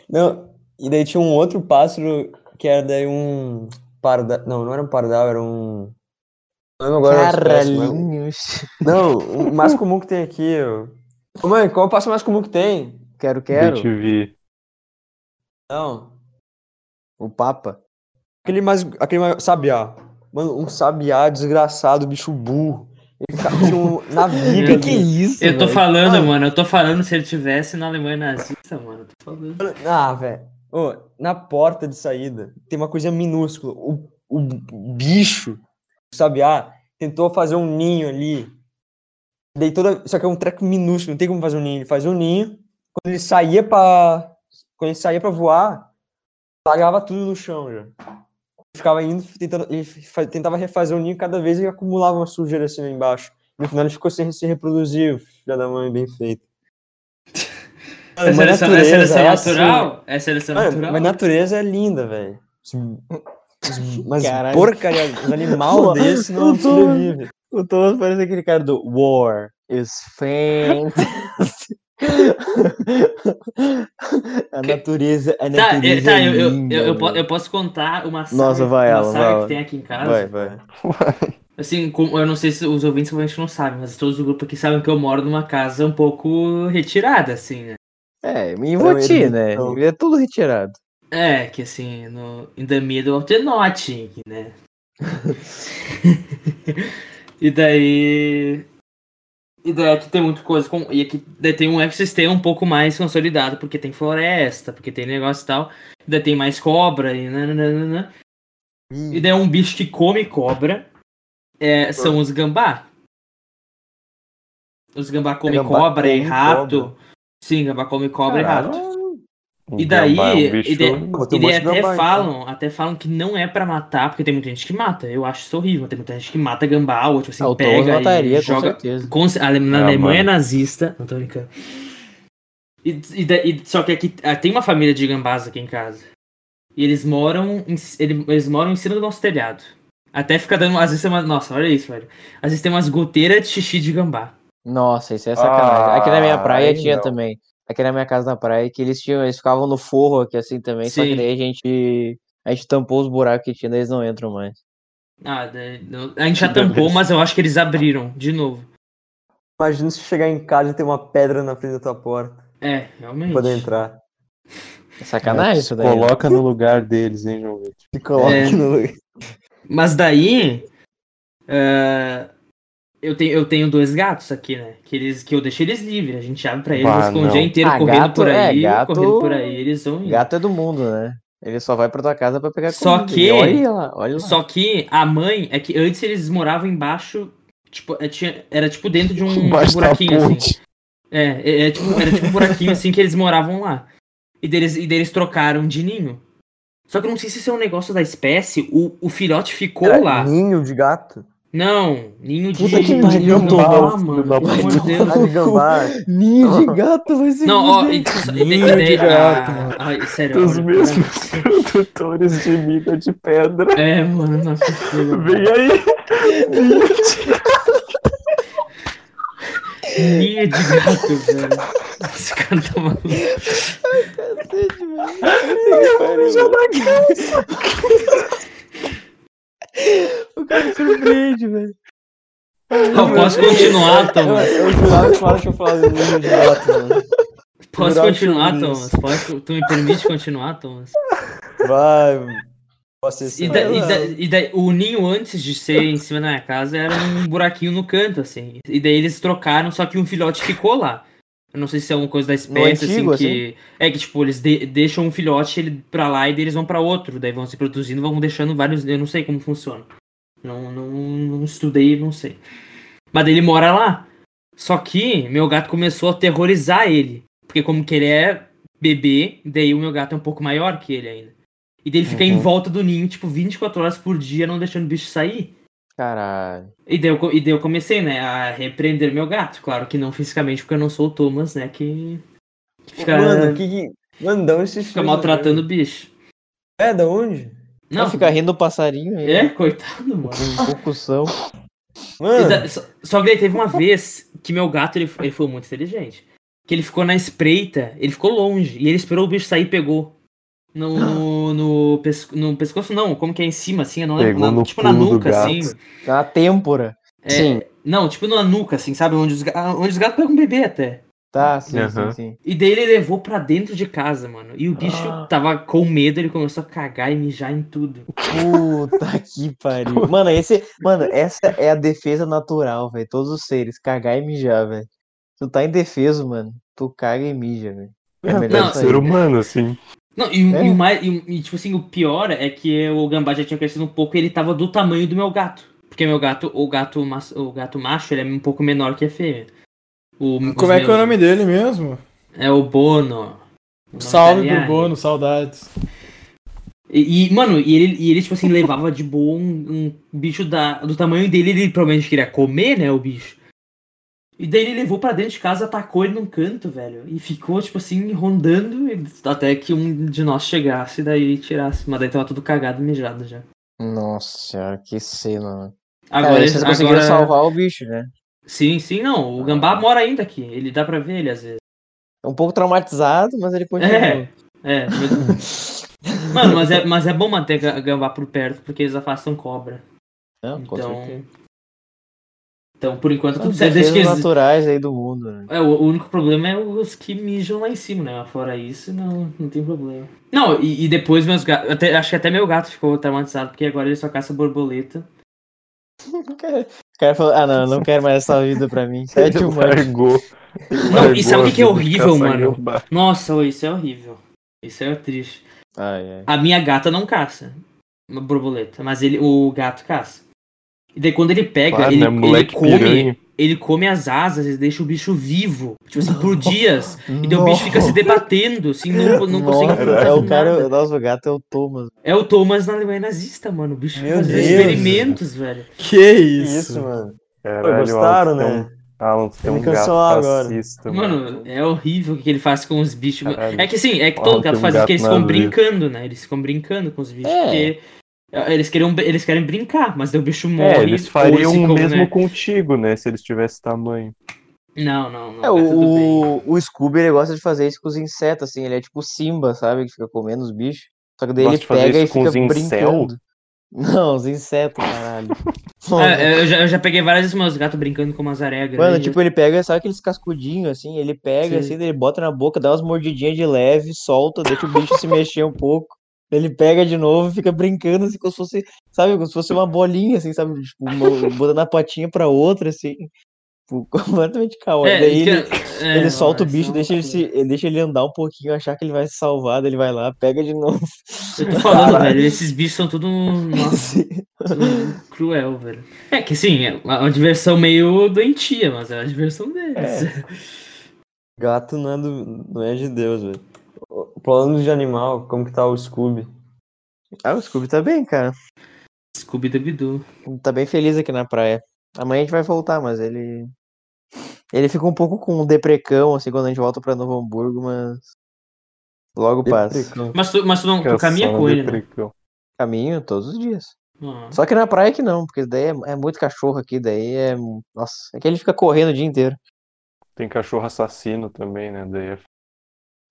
E: Não, e daí tinha um outro pássaro que era daí um. pardal. Não, não era um pardal, era um. Eu não agora eu esqueço, mas- um, Não, o mais comum que tem aqui. ó. Ô, mãe, qual o passo mais comum que tem?
A: Quero, quero.
C: Deixa eu ver.
E: Não.
A: O Papa.
E: Aquele mais. Aquele mais. Sabiá. Mano, um sabiá desgraçado, bicho burro. Ele fica- tinha um- na vida.
D: Que que é
A: isso?
D: Eu tô
A: velho?
D: falando,
E: Ah.
D: mano, eu tô falando se ele tivesse na Alemanha nazista, mano. eu Tô falando.
E: Ah, velho. Ô, na porta de saída tem uma coisa minúscula. O, o bicho, o sabiá, tentou fazer um ninho ali. Daí toda, só que é um treco minúsculo, não tem como fazer um ninho. Ele fazia um ninho. Quando ele saía pra. Quando ele saía pra voar, largava tudo no chão já. Ele ficava indo, tentando, ele fa- tentava refazer o ninho cada vez e acumulava uma sujeira assim lá embaixo. No final ele ficou sem se reproduzir, filha da mãe, bem feito.
D: É
E: Mas
D: seleção, é
E: natureza,
D: seleção
E: é assim.
D: natural? É seleção
E: Mano,
D: natural?
E: mas
A: assim.
E: natureza é linda, velho. Os- os- Mas
A: Caralho.
E: porcaria, os animal
A: Pô,
E: desse não
A: eu tô-
E: sobrevive.
A: O Thomas parece aquele cara do War is fantastic. a natureza, a
D: Tá,
A: natureza
D: é, tá,
A: é
D: eu, eu,
A: linda,
D: eu, eu, po-
A: velho.
D: eu posso contar uma saga,
A: Nossa, vai,
D: uma
A: Alan,
D: saga
A: vai,
D: que tem aqui em casa.
A: Vai, vai.
D: Assim, com- eu não sei se os ouvintes provavelmente não sabem, mas todos do grupo aqui sabem que eu moro numa casa um pouco retirada, assim, né?
A: É, me
C: Então,
A: invoti, né?
E: ermitão.
A: É tudo retirado.
D: É, que assim, no, in the middle of the nothing, né? e daí. E daí aqui tem muita coisa. Com, e aqui daí tem um ecossistema um pouco mais consolidado, porque tem floresta, porque tem negócio e tal. E daí tem mais cobra e nananana. E daí um bicho que come cobra é, são os gambá. Os gambá comem
E: É, Gambá
D: cobra e
E: come
D: rato. Sim, gambá come cobra e rato. E daí,
C: Gambá é um
D: e,
C: bicho-
D: de-
E: Botou
D: e daí
E: um monte de
D: até
E: gambá, então.
D: falam, até falam que não é pra matar, porque tem muita gente que mata. Eu acho isso horrível. Tem muita gente que mata gambá, ou tipo assim,
A: Ah, o Thomas
D: pega
A: mataria,
D: e
A: com
D: joga.
A: certeza.
D: Com, a Ale- na
E: É,
C: Ah,
D: Alemanha
C: mano.
D: nazista. Não tô brincando. E, e da- e- só que aqui ah, tem uma família de gambás aqui em casa. E eles moram em, c- ele- eles moram em cima do nosso telhado. Até fica dando. Às vezes tem uma. Nossa, olha isso, velho. Às vezes tem umas goteiras de xixi de gambá.
A: Nossa, isso é sacanagem. aqui na minha
C: Ah,
A: praia
C: aí
A: tinha
C: não.
A: também. Aqui na minha casa na praia, que eles tinham, eles ficavam no forro aqui assim também, só que
D: Sim.
A: daí a gente. A gente tampou os buracos que tinha, daí eles não entram mais.
D: Ah, daí- não- a gente já tampou, mas eu acho que eles abriram de novo.
E: Imagina se chegar em casa e ter uma pedra na frente da tua porta
D: É, realmente.
E: pra poder entrar.
A: É sacanagem isso daí. né?
C: Coloca no lugar deles, hein, João Vitor?
E: Se coloca
D: É.
E: no lugar.
D: Mas daí. eh, eu, tenho, eu tenho dois gatos aqui, né? Que, eles, que eu deixo eles livres. A gente abre pra eles,
C: Bah,
D: eles ficam o
C: não.
D: dia inteiro
A: Ah,
D: correndo
A: gato-
D: por
A: é,
D: aí,
A: gato-
D: correndo por aí, eles vão indo.
A: Gato é do mundo, né? Ele só vai pra tua casa pra pegar
D: Só
A: comida.
D: que-
A: E Olha lá, olha lá.
D: Só que a mãe, é que antes eles moravam embaixo, tipo, é, tinha- era tipo dentro de um, de um
C: Embaixo da
D: buraquinho, assim.
C: ponte.
D: É, é, é tipo, era tipo um buraquinho assim que eles moravam lá. E deles, e deles trocaram de ninho. Só que eu não sei se isso é um negócio da espécie, o, o filhote ficou
E: Era
D: lá.
E: Ninho de gato.
D: Não, ninho de
A: Puta que
D: de
A: pariu,
D: gambá,
A: Tomás,
D: mano.
C: filho da
D: Pelo amor de
C: puta.
D: Deus.
E: Ah, de gambá.
A: Ninho de gato vai ser.
D: Não, ó, e, e- e-
F: Ninho de
D: e-
F: gato,
D: ah,
F: mano.
D: ai, sério.
C: Os
D: olha,
C: mesmos produtores de miga de pedra.
D: É, mano, nossa filha.
C: Vem aí.
D: Ninho de gato, velho. Esse cara tá maluco.
A: O cara me surpreende, velho.
D: Eu posso continuar, Thomas.
E: Eu, eu jurava que falaram que eu falava de ninho de gato, mano.
D: Posso
E: Jurava que
D: continuar,
E: eu
D: Thomas? Posso, tu me permite continuar, Thomas?
E: Vai. Nossa, esse
D: E, da- e da- e daí- o ninho antes de ser em cima da minha casa era um buraquinho no canto, assim. E daí eles trocaram, só que um filhote ficou lá. Eu não sei se é uma coisa da espécie,
A: antigo,
D: assim, que. É que, tipo, eles de- deixam um filhote ele pra lá e daí eles vão pra outro. Daí vão se produzindo, vão deixando vários. Eu não sei como funciona. Não, não, não estudei, não sei. Mas daí ele mora lá. Só que meu gato começou a aterrorizar ele. Porque como que ele é bebê, daí o meu gato é um pouco maior que ele ainda. E daí ele fica
A: Uhum.
D: em volta do ninho, tipo, 24 horas por dia, não deixando o bicho sair.
A: Caralho.
D: E daí, eu, co- e daí eu comecei, né, a repreender meu gato. Claro que não fisicamente, porque eu não sou o Thomas, né, que fica, né?
E: Mano, que que. Mano, dá um esse
D: fica maltratando o bicho.
E: É, da onde?
A: Não,
D: Não,
A: fica rindo o passarinho aí.
D: É, coitado, mano.
A: Com concussão.
D: E
C: Ah.
E: Mano,
D: da- só, só que daí teve uma vez que meu gato, ele, ele foi muito inteligente. Que ele ficou na espreita, ele ficou longe, e ele esperou o bicho sair e pegou. No,
C: Ah.
D: no, no, pesco- no pescoço, não, como que é em cima, assim, eu não lembro.
C: Pegou
D: na-
C: no
D: tipo na
C: pulo do
D: nuca,
C: gato.
D: assim.
A: Na têmpora.
D: É,
A: Sim,
D: Não, tipo na nuca, assim, sabe? Onde os, ga- onde os gatos pegam um bebê até.
A: tá, sim,
C: Aham.
A: sim, sim.
D: E daí ele levou pra dentro de casa, mano. E o bicho
C: Ah.
D: tava com medo, ele começou a cagar e mijar em tudo.
A: Puta que pariu. Mano, esse, mano, essa é a defesa natural, velho. Todos os seres, cagar e mijar, velho. Tu tá indefeso, mano. Tu caga e mija, velho. É melhor
D: Não,
A: isso aí.
C: ser humano, assim.
D: Não, e, o-
A: É?
D: e o mais, e, o- e, tipo assim, o pior é que o gambá já tinha crescido um pouco e ele tava do tamanho do meu gato. Porque meu gato, o gato, mas- o gato macho, ele é um pouco menor que a fêmea. O- os
F: Como é que é o
D: meus-
F: nome dele mesmo?
D: É o Bono. O nome
F: Salve
D: dele é-
F: pro Bono, saudades.
D: E, e, mano, e ele, e ele, tipo assim, levava de boa um, um bicho da, do tamanho dele, ele provavelmente queria comer, né, o bicho. E daí ele levou pra dentro de casa, atacou ele num canto, velho. E ficou, tipo assim, rondando ele- até que um de nós chegasse e daí tirasse. Mas daí tava tudo cagado e mijado já.
A: Nossa senhora, que cena, mano.
D: Agora,
A: Cara,
D: ele-
A: vocês conseguiram
D: agora-
A: salvar o bicho, né? Ah.
D: Sim, sim, não. O Gambá mora ainda aqui. Ele dá pra ver ele às vezes.
A: É um pouco traumatizado, mas ele continua.
D: É. É. mas- Mano, mas é, mas é bom manter ga- Gambá por perto, porque eles afastam cobra.
A: Não, Ah, com
D: Então,
A: certeza.
D: Então, por enquanto, tudo
A: As
D: certo. Desde que
A: defesas
D: eles-
A: naturais aí do mundo, né?
D: É, o o único problema é os que mijam lá em cima, né? Mas Fora isso, não, não tem problema. Não, e, e depois meus gatos. Até, acho que até meu gato ficou traumatizado, porque agora ele só caça borboleta.
A: O cara, o cara falou, ah não, eu não quero mais essa vida pra mim. Isso é
C: Ele
A: too much.
C: largou. Ele
D: Não, e
C: largou
D: sabe o
C: a
D: que que
C: vida de
D: é horrível,
C: caçar
D: mano?
C: gambá.
D: Nossa, ô, isso é horrível. Isso é triste.
A: Ai, ai.
D: A minha gata não caça uma borboleta, mas ele, o gato caça. E daí quando ele pega,
C: Claro,
D: ele,
C: né?
D: ele
C: Moleque
D: come,
C: piranha.
D: ele come as asas e deixa o bicho vivo. Tipo assim, por dias. E um
F: Hum,
D: daí o bicho fica se
A: Nossa,
D: debatendo, assim, não, não consegue
A: É o
D: fazer
A: cara,
D: nada.
A: nossa, o gato é o Thomas.
D: É o Thomas na Alemanha nazista, mano. O bicho
E: Meu
D: fazia
E: Deus.
D: experimentos, velho.
F: Que isso?
E: mano.
C: Caralho,
E: gostaram,
C: Alan, tem
E: né?
C: um- Alan, tem
E: Me
C: um gato
E: cancelaram agora.
C: fascista,
D: Mano, é horrível o que ele faz com os bichos.
C: Caralho.
D: É que assim, é que
C: Porra,
D: todo
C: tem
D: gato
C: um
D: faz isso
C: gato
D: que eles ficam
C: nazista.
D: brincando, né? Eles ficam brincando com os bichos,
A: É.
D: porque ah, eles querem, eles querem brincar, mas daí o bicho morre.
C: É, eles
D: ou
C: fariam
D: se
C: o
D: come,
C: mesmo
D: né?
C: contigo, né? Se eles tivessem tamanho.
D: Não, não, não.
A: É,
D: tá tudo bem.
A: o, o Scooby ele gosta de fazer isso com os insetos, assim, ele é tipo o Simba, sabe? Que fica comendo os bichos. Só que daí
C: Gosta
A: ele
C: de fazer
A: pega e
C: isso com
A: fica
C: os incel? É,
A: brincando. Não, os insetos, caralho.
D: Ah, eu, já, eu já peguei várias vezes meus gatos brincando com umas aregas.
A: Mano,
C: é
D: né?
A: tipo, ele pega, sabe aqueles cascudinhos assim? Ele pega
D: Sim.
A: assim, daí ele bota na boca, dá umas mordidinhas de leve, solta, deixa o bicho se mexer um pouco. Ele pega de novo, e fica brincando assim, como se fosse, sabe, como se fosse uma bolinha, assim, sabe? Tipo, mo- botando a patinha pra outra, assim. Tipo, completamente caótico.
D: É,
A: daí
D: que-
A: ele,
D: é,
A: ele solta o
D: mas
A: bicho,
D: não-
A: deixa ele, se, ele deixa ele andar um pouquinho, achar que ele vai se salvar, daí ele vai lá, pega de novo.
D: Eu tô falando, velho, esses bichos são tudo. Nossa,
A: assim.
D: tudo cruel, velho. É que sim, é uma uma diversão meio doentia, mas é a diversão deles.
A: É.
E: Gato não é, do- não é de Deus, velho. Ô, Falando de animal, como que tá o Scooby?
A: Ah, o Scooby tá bem, cara.
D: scooby doo
A: Tá bem feliz aqui na praia. Amanhã a gente vai voltar, mas ele. Ele fica um pouco com um deprecão, assim, quando a gente volta pra Novo Hamburgo, mas. Logo passa.
E: Deprecão.
D: Mas tu, mas tu não tu caminha
C: Caçando
D: com ele, né?
C: depricão.
A: Caminho todos os dias.
D: Não.
A: Só que na praia que não, porque daí é, é muito cachorro aqui, daí é. Nossa, é que ele fica correndo o dia inteiro.
C: Tem cachorro assassino também, né? Daí é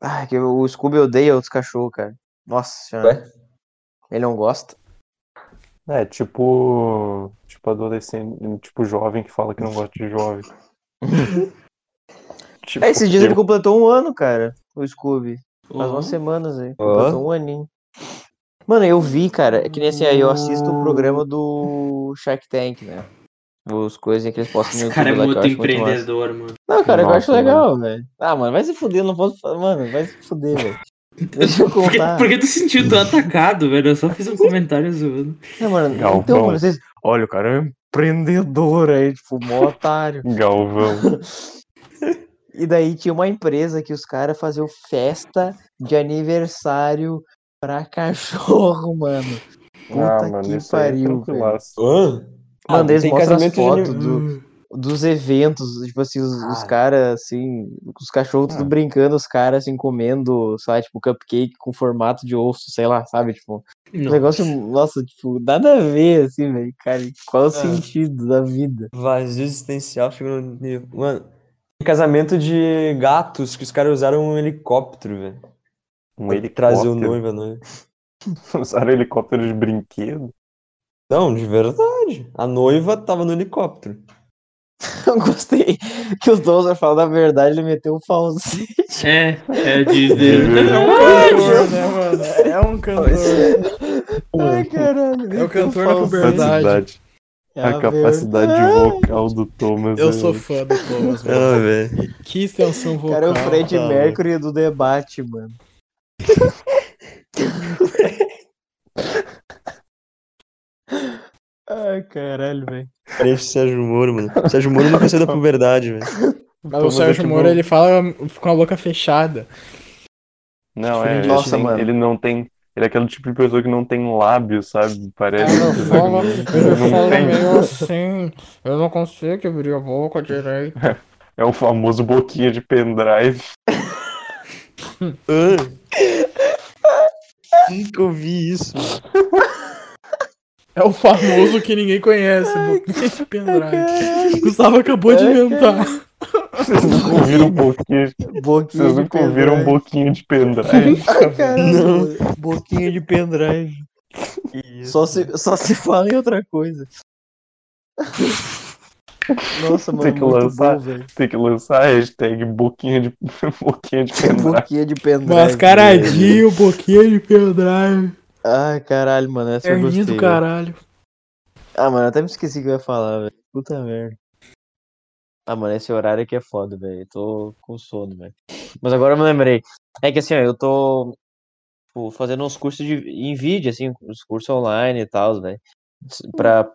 A: Ai, que o Scooby odeia outros cachorros, cara. Nossa senhora. Ele não gosta.
C: É, tipo, tipo adolescente, tipo jovem que fala que não gosta de jovem. Tipo,
A: É, esses dias ele
C: eu-
A: completou um ano, cara, o Scooby. Faz
D: Oh.
A: umas semanas aí.
E: Ó.
A: Passou um aninho. Mano, eu vi, cara, é que nem assim, aí eu assisto o programa do Shark Tank, né? Os coisas que eles postam no
D: Esse
A: YouTube
D: cara é
A: lá, que eu
D: muito
A: acho muito massa.
D: empreendedor, mano.
A: Não, cara, eu
C: Nossa,
A: acho legal, velho. Ah, mano, vai se fuder, não posso... fa- Mano, vai se fuder, velho. Deixa eu
D: Por que,
A: contar.
D: por que tu se sentiu tão atacado, velho? Eu só fiz um comentário zoando.
A: Não, mano,
C: Galvão.
A: então, mano, vocês... Olha, o cara é um empreendedor aí, tipo, mó otário.
C: Galvão.
A: E daí tinha uma empresa que os caras faziam festa de aniversário pra cachorro, mano. Puta
C: ah, mano,
A: que
C: isso aí é
A: pariu, velho.
C: tranquilaço.
E: Hã?
A: Mano, eles
E: tem
A: mostram as
E: casamento de anim-
A: fotos do,
F: Hum.
A: dos eventos, tipo assim, os,
F: Ah.
A: os caras, assim, os cachorros tudo
C: Ah.
A: brincando, os caras, assim, comendo, sabe, tipo, cupcake com formato de osso, sei lá, sabe, tipo, um
D: Não.
A: negócio, nossa, tipo, nada a ver, assim, velho, cara,
F: Ah.
A: qual o sentido da vida?
E: Vazio existencial chegou no nível. Mano, tem casamento de gatos que os caras usaram um helicóptero, velho.
C: Um helicóptero.
E: Trazer o noivo à noite.
C: Usaram helicóptero de brinquedo.
E: Não, de verdade. A noiva tava no helicóptero.
A: Eu gostei que o Dozer falou da verdade, ele meteu um falsete.
D: É, é de. de-
F: cantor, né, mano? É um cantor.
A: Ai, caralho.
F: Ah.
A: um
F: É o cantor da puberdade.
C: Capacidade.
A: É
C: A capacidade vocal do Thomas.
F: Eu
C: é-
F: sou fã do Thomas, mano.
E: Ah, velho.
F: Que extensão
A: O
F: vocal.
A: cara é o Fred
E: cara.
A: Mercury do debate, mano. Ai, caralho, velho.
E: Parece o Sérgio Moro, mano. O Sérgio Moro nunca saiu da puberdade, velho.
F: Mas o
C: Thomas é
F: Sérgio
C: tipo-
F: Moro, ele fala com a boca fechada.
C: Não, é.
F: Diferente,
A: né,
C: ele,
A: mano?
C: ele não tem. Ele é aquele tipo de pessoa que não tem lábio, sabe?
F: Ela
C: Parece.
A: É,
F: fala, ele
C: É. Não
F: fala
C: tem.
F: meio assim. Eu não consigo abrir a boca direito.
C: É o famoso boquinha de pendrive.
E: Ah. Nunca ouvi isso.
F: É o famoso que ninguém conhece, boquinha de pendrive. Gustavo acabou de inventar.
C: Vocês nunca ouviram boquinha. um de-
A: Boquinha
C: Vocês
A: um de
C: nunca ouviram um
A: pendrive.
C: boquinha de pendrive.
A: Ai, caralho, mano. boquinha de pendrive. Só se, só se fala em outra coisa. Nossa, mano,
C: que
A: muito
C: lançar.
A: bom, velho.
C: Tem que lançar a hashtag boquinha de, boquinha de pendrive.
A: Boquinha de pendrive. velho.
F: Mascaradinho, boquinha de pendrive.
A: Ai, caralho, mano, essa eu
F: Perninha
A: gostei.
F: do
A: velho.
C: né?
F: caralho.
A: Ah, mano, até me esqueci o que eu ia falar, velho. Puta merda. Ah, mano, esse horário aqui é foda, velho. Eu Tô com sono, velho. Mas agora eu me lembrei. É que assim, ó, eu tô tipo, fazendo uns cursos de, em vídeo, assim, uns cursos online e tal, velho. S- Pra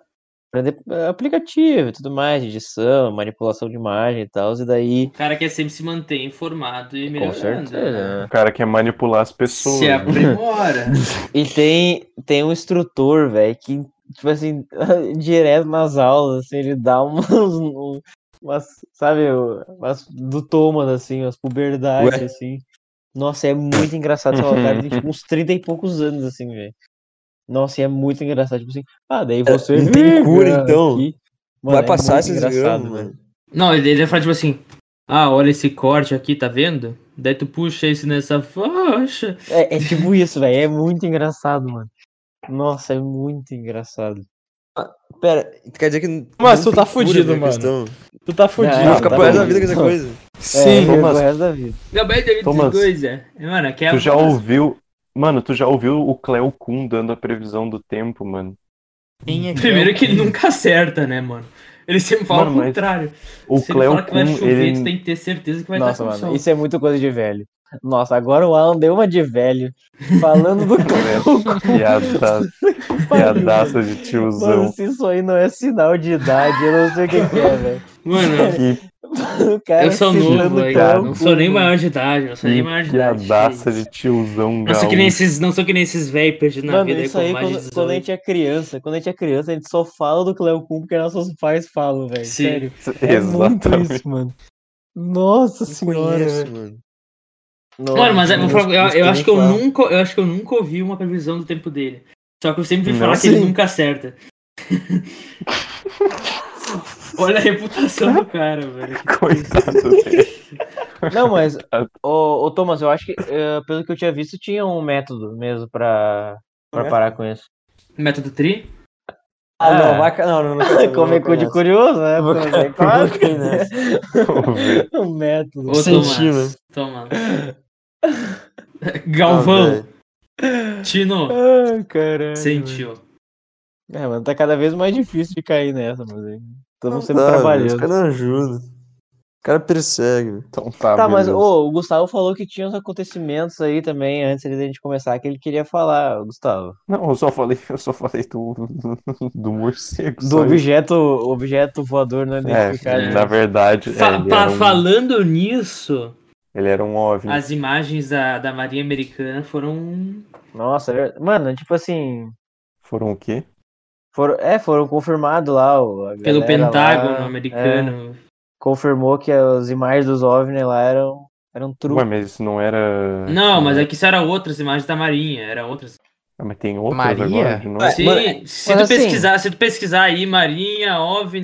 A: aprender eh, aplicativo e tudo mais, edição, manipulação de imagem e tal. E daí.
D: O cara quer sempre se manter informado e
A: Com
D: melhorando. né?
A: certeza. né?
C: O cara quer manipular as pessoas. né?
D: Se aprimora.
A: E tem, tem um instrutor, velho, que, tipo assim, direto nas aulas, assim, ele dá umas, um- umas sabe, umas do Thomas, assim, umas puberdades, assim. Nossa, é muito engraçado, sei lá, o cara tem, tipo, uns 30 e poucos anos, assim, velho. Nossa, e é muito engraçado, tipo assim, ah, daí você...
E: É, não tem cura,
A: vegano
E: então.
A: aqui. Mano,
E: Vai
A: é
E: passar
A: muito
E: esses
A: engraçado,
E: gramas,
A: velho.
E: mano.
D: Não, ele ele ia falar tipo assim: Ah, olha esse corte aqui, tá vendo? Daí tu puxa isso nessa faixa.
A: É, é tipo isso, velho, é muito engraçado, mano. Nossa, é muito engraçado.
E: Pera, quer dizer que. não-
F: Mas
E: não
F: tu tá
E: tem cura,
F: fudido,
E: velho, a
F: mano.
E: questão.
F: Tu tá
A: Ah,
E: É, Vai
A: Não,
E: ficar
A: tá
E: pro resto
A: bom.
E: da vida com essa coisa.
A: É,
F: Sim.
A: pro
C: Thomas.
A: resto da vida.
D: Acabei de
C: Thomas,
D: coisa. Mano, aqui é
C: Tu já
D: a-
C: ouviu. Mano, tu já ouviu o Cleo Kuhn dando a previsão do tempo, mano?
F: Quem é que
D: Primeiro que ele nunca acerta, né, mano? Ele sempre fala
C: Mano,
D: o
C: mas
D: contrário.
C: O
D: Se ele
C: Cleo
D: fala que vai
C: Kuhn,
D: chover, tu
C: ele.
D: tem que ter certeza que vai
A: Nossa,
D: estar com
A: mano,
D: sol.
A: isso é muito coisa de velho. Nossa, agora o Alan deu uma de velho. Falando do
C: Parece piada- Piadaça de tiozão.
A: Mano, se isso aí não é sinal de idade, eu não sei o que, que é, velho.
D: Mano,
C: Que
A: O cara
D: eu sou
A: segurando
D: novo
A: o
D: ainda.
A: carro
D: Não sou nem
A: com-
D: maior de idade, não sou nem maior
C: Hum,
D: de idade.
C: piadaça de tiozão
D: Não sou
C: gaúcho.
D: que nem esses, não sou que nem esses velhos perdidos na
A: Mano,
D: vida aí
A: isso
D: com
A: aí
D: mais de
A: quando, quando a
D: 18.
A: gente é criança, quando a gente é criança, a gente só fala do Cleo Kuhn porque nossos pais falam, velho.
D: Sim.
A: Sério. É muito
C: Exatamente.
A: isso, mano. Nossa senhora,
E: Conheço,
A: velho.
E: mano.
D: Mano, mas é, eu, vou falar- eu- eu acho que eu
A: Nossa,
D: nunca, eu acho que eu nunca ouvi uma previsão do tempo dele. Só que eu sempre falo
C: Não,
D: que ele
A: sim.
D: nunca acerta. Olha a reputação do cara, velho. Que triste.
C: Coitado dele.
A: Não, mas,
C: Ah.
A: ô, ô Thomas, eu acho que, eh, pelo que eu tinha visto, tinha um método mesmo pra, pra
E: É?
A: parar com isso.
D: Método tri?
E: Ah,
C: Ah.
E: não, vai. ca- Não, não, não. quero saber,
A: Comer
E: não
A: cu de
E: quero
A: curioso, né? Thomas? É claro que
E: saber.
A: né? O método.
D: Ô,
E: senti,
D: Tomás.
E: mano.
D: Toma.
F: É um
D: Galvão, Tino,
A: Ai, caralho.
D: sentiu.
A: É, mano, tá cada vez mais difícil de cair nessa, mas aí. Estamos sempre
E: Tá, velho, Os
A: trabalhando.
E: caras ajudam. Os caras perseguem.
C: Então tá,
A: Tá, mas
C: beleza.
A: ô, o Gustavo falou que tinha uns acontecimentos aí também, antes da gente começar, que ele queria falar, Gustavo.
C: Não, eu só falei, eu só falei do, do, do morcego.
A: Do
C: só isso.
A: objeto, objeto voador não identificado.
C: É, na verdade, é,
D: Fa-
C: ele,
D: fa-
C: era um,
D: Falando nisso,
C: ele era um
E: Hum.
C: OVNI.
D: as imagens da, da Marinha Americana foram.
A: Nossa, é verdade. mano, tipo assim.
C: Foram o quê?
A: Foram, é, foram confirmados lá. o- a
D: pelo
A: galera
D: Pentágono
A: lá, é,
D: americano.
A: confirmou que as imagens dos OVNI lá eram, eram truques.
C: Ué, mas isso não era.
D: Não, mas aqui isso eram outras imagens da Marinha, era outras.
C: Ah, mas tem outras
F: Maria?
C: agora de novo?
E: É,
D: Sim,
A: mas-
D: se,
A: mas
D: tu
A: assim-
D: pesquisar, se tu pesquisar aí, Marinha, OVNI,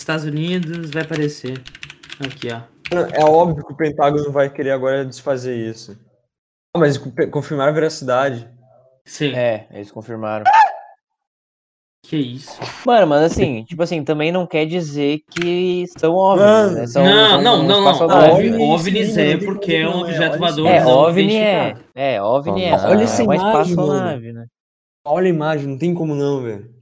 D: Estados Unidos, vai aparecer. Aqui, ó.
E: Mano, É óbvio que o Pentágono vai querer agora desfazer isso. Ah, mas co- confirmar a veracidade.
D: Sim.
A: É, eles confirmaram.
D: Que isso.
A: Mano, mas assim, tipo assim, também não quer dizer que são OVNIs,
E: Mano.
A: né? São,
D: não,
A: são
D: não,
A: um
D: não, não.
A: espaçonaves.
E: OVNI,
D: OVNI, OVNIs
E: sim,
D: é
E: não tem
D: porque é
E: como
D: um
E: não é.
D: objeto
E: Olha
D: voador.
A: É,
D: não
A: OVNI é,
D: identificado.
A: é, OVNI é,
C: Olha
A: é
E: essa
A: uma
E: imagem,
A: espaçonave, né?
E: Olha a imagem, não tem como não, velho.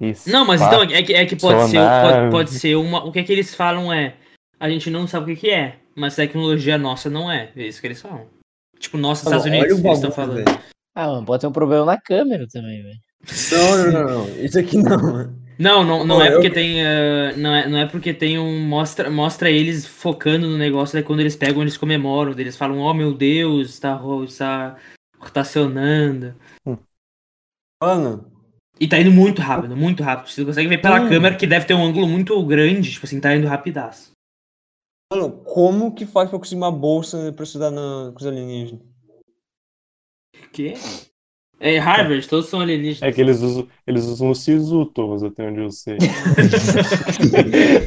C: Isso.
D: Não, mas então é que, é que pode, ser,
C: Sonar.
D: pode, pode ser uma. O que é que eles falam é. A gente não sabe o que, que é, mas tecnologia nossa não é. É isso que eles falam. Tipo, nossa, Estados
E: Olha
D: Unidos,
E: o
D: eles estão
E: bagulho,
D: falando.
E: velho.
A: Ah, mano, pode ter um problema na câmera também, velho.
E: Não, não, não, não. Isso aqui não, mano.
D: Não, não, não
E: Pô,
D: é
E: eu-
D: porque tem. eh, não, é, não é porque tem um. Mostra, mostra eles focando no negócio, daí quando eles pegam, eles comemoram. daí Eles falam, oh meu Deus, está, ro- está rotacionando.
E: Mano,
D: E tá indo muito rápido, muito rápido. Você consegue ver
C: Hum.
D: pela câmera que deve ter um ângulo muito grande, tipo assim, tá indo rapidaço.
E: mano, como que faz pra conseguir uma bolsa pra estudar na coisa alienígena?
D: O quê? É Harvard, todos são alienígenas.
C: É que eles usam, eles usam o SISU, Thomas, até onde eu sei.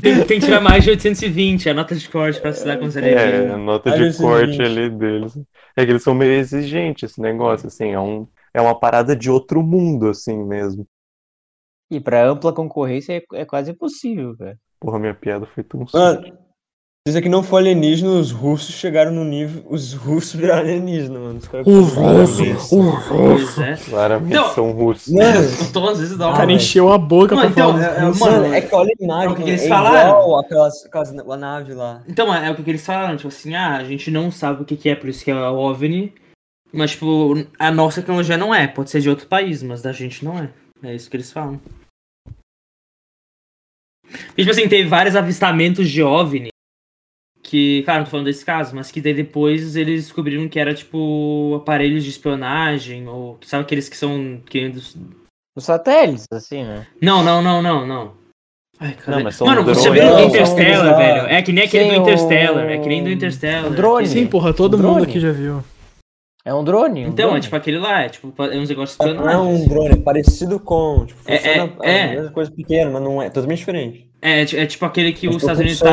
D: tem, tem que tirar mais de 820, é a nota de corte pra estudar com os
C: É,
D: alienígenas.
C: a nota
E: Olha
C: de
E: esse
C: corte
E: gente.
C: ali deles. É que eles são meio exigentes, esse negócio, assim, é um, é uma parada de outro mundo, assim mesmo.
A: E pra ampla concorrência é, é quase impossível, cara.
C: Porra, minha piada foi tão
E: Mano, se isso aqui não for alienígena, os russos chegaram no nível. Os russos viraram alienígena, mano. Os caras
C: russos,
D: Pois é.
C: Claramente
D: Então-
C: são russos.
E: Mano,
D: Todos às vezes dá
F: O
C: Ah,
D: uma
F: cara
E: velho.
F: encheu a boca
D: Não,
F: pra
D: então,
F: falar.
D: é- é-
F: isso.
D: mano,
E: mano, é que olha a imagem,
D: é o que
E: mano,
D: eles
E: é
D: falaram.
E: igual aquelas, aquelas na- a nave lá.
D: Então, é é o que eles falaram, tipo assim, ah, a gente não sabe o que que é, por isso que é o OVNI, mas, tipo, a nossa tecnologia não é, pode ser de outro país, mas da gente não é. É isso que eles falam. E, tipo assim, teve vários avistamentos de OVNI, que, claro, não tô falando desse caso, mas que daí depois eles descobriram que era, tipo, aparelhos de espionagem, ou, sabe aqueles que são... Que...
A: Os satélites, assim, né?
D: Não, não, não, não, não. Ai, cara.
C: Não, mas são
D: Mano, você
C: drones.
D: viu o
A: Não,
D: Interstellar,
E: são-
D: velho? É que nem aquele
A: Sim,
D: do Interstellar,
A: o-
D: é que nem do Interstellar.
A: O drone.
F: Sim, assim, porra, todo
A: Um
F: mundo
A: drone?
F: aqui já viu.
A: É um drone? um
D: Então,
A: drone.
D: é tipo aquele lá, é tipo, é uns negócios
E: Não é um
D: espionagem.
E: drone, é parecido com. Tipo,
D: É, é,
E: funciona
D: é.
E: a mesma coisa pequena, mas não é. Totalmente diferente.
D: É, ti- é tipo aquele que os
E: Mas tô
D: Estados
E: com
D: Unidos
E: sono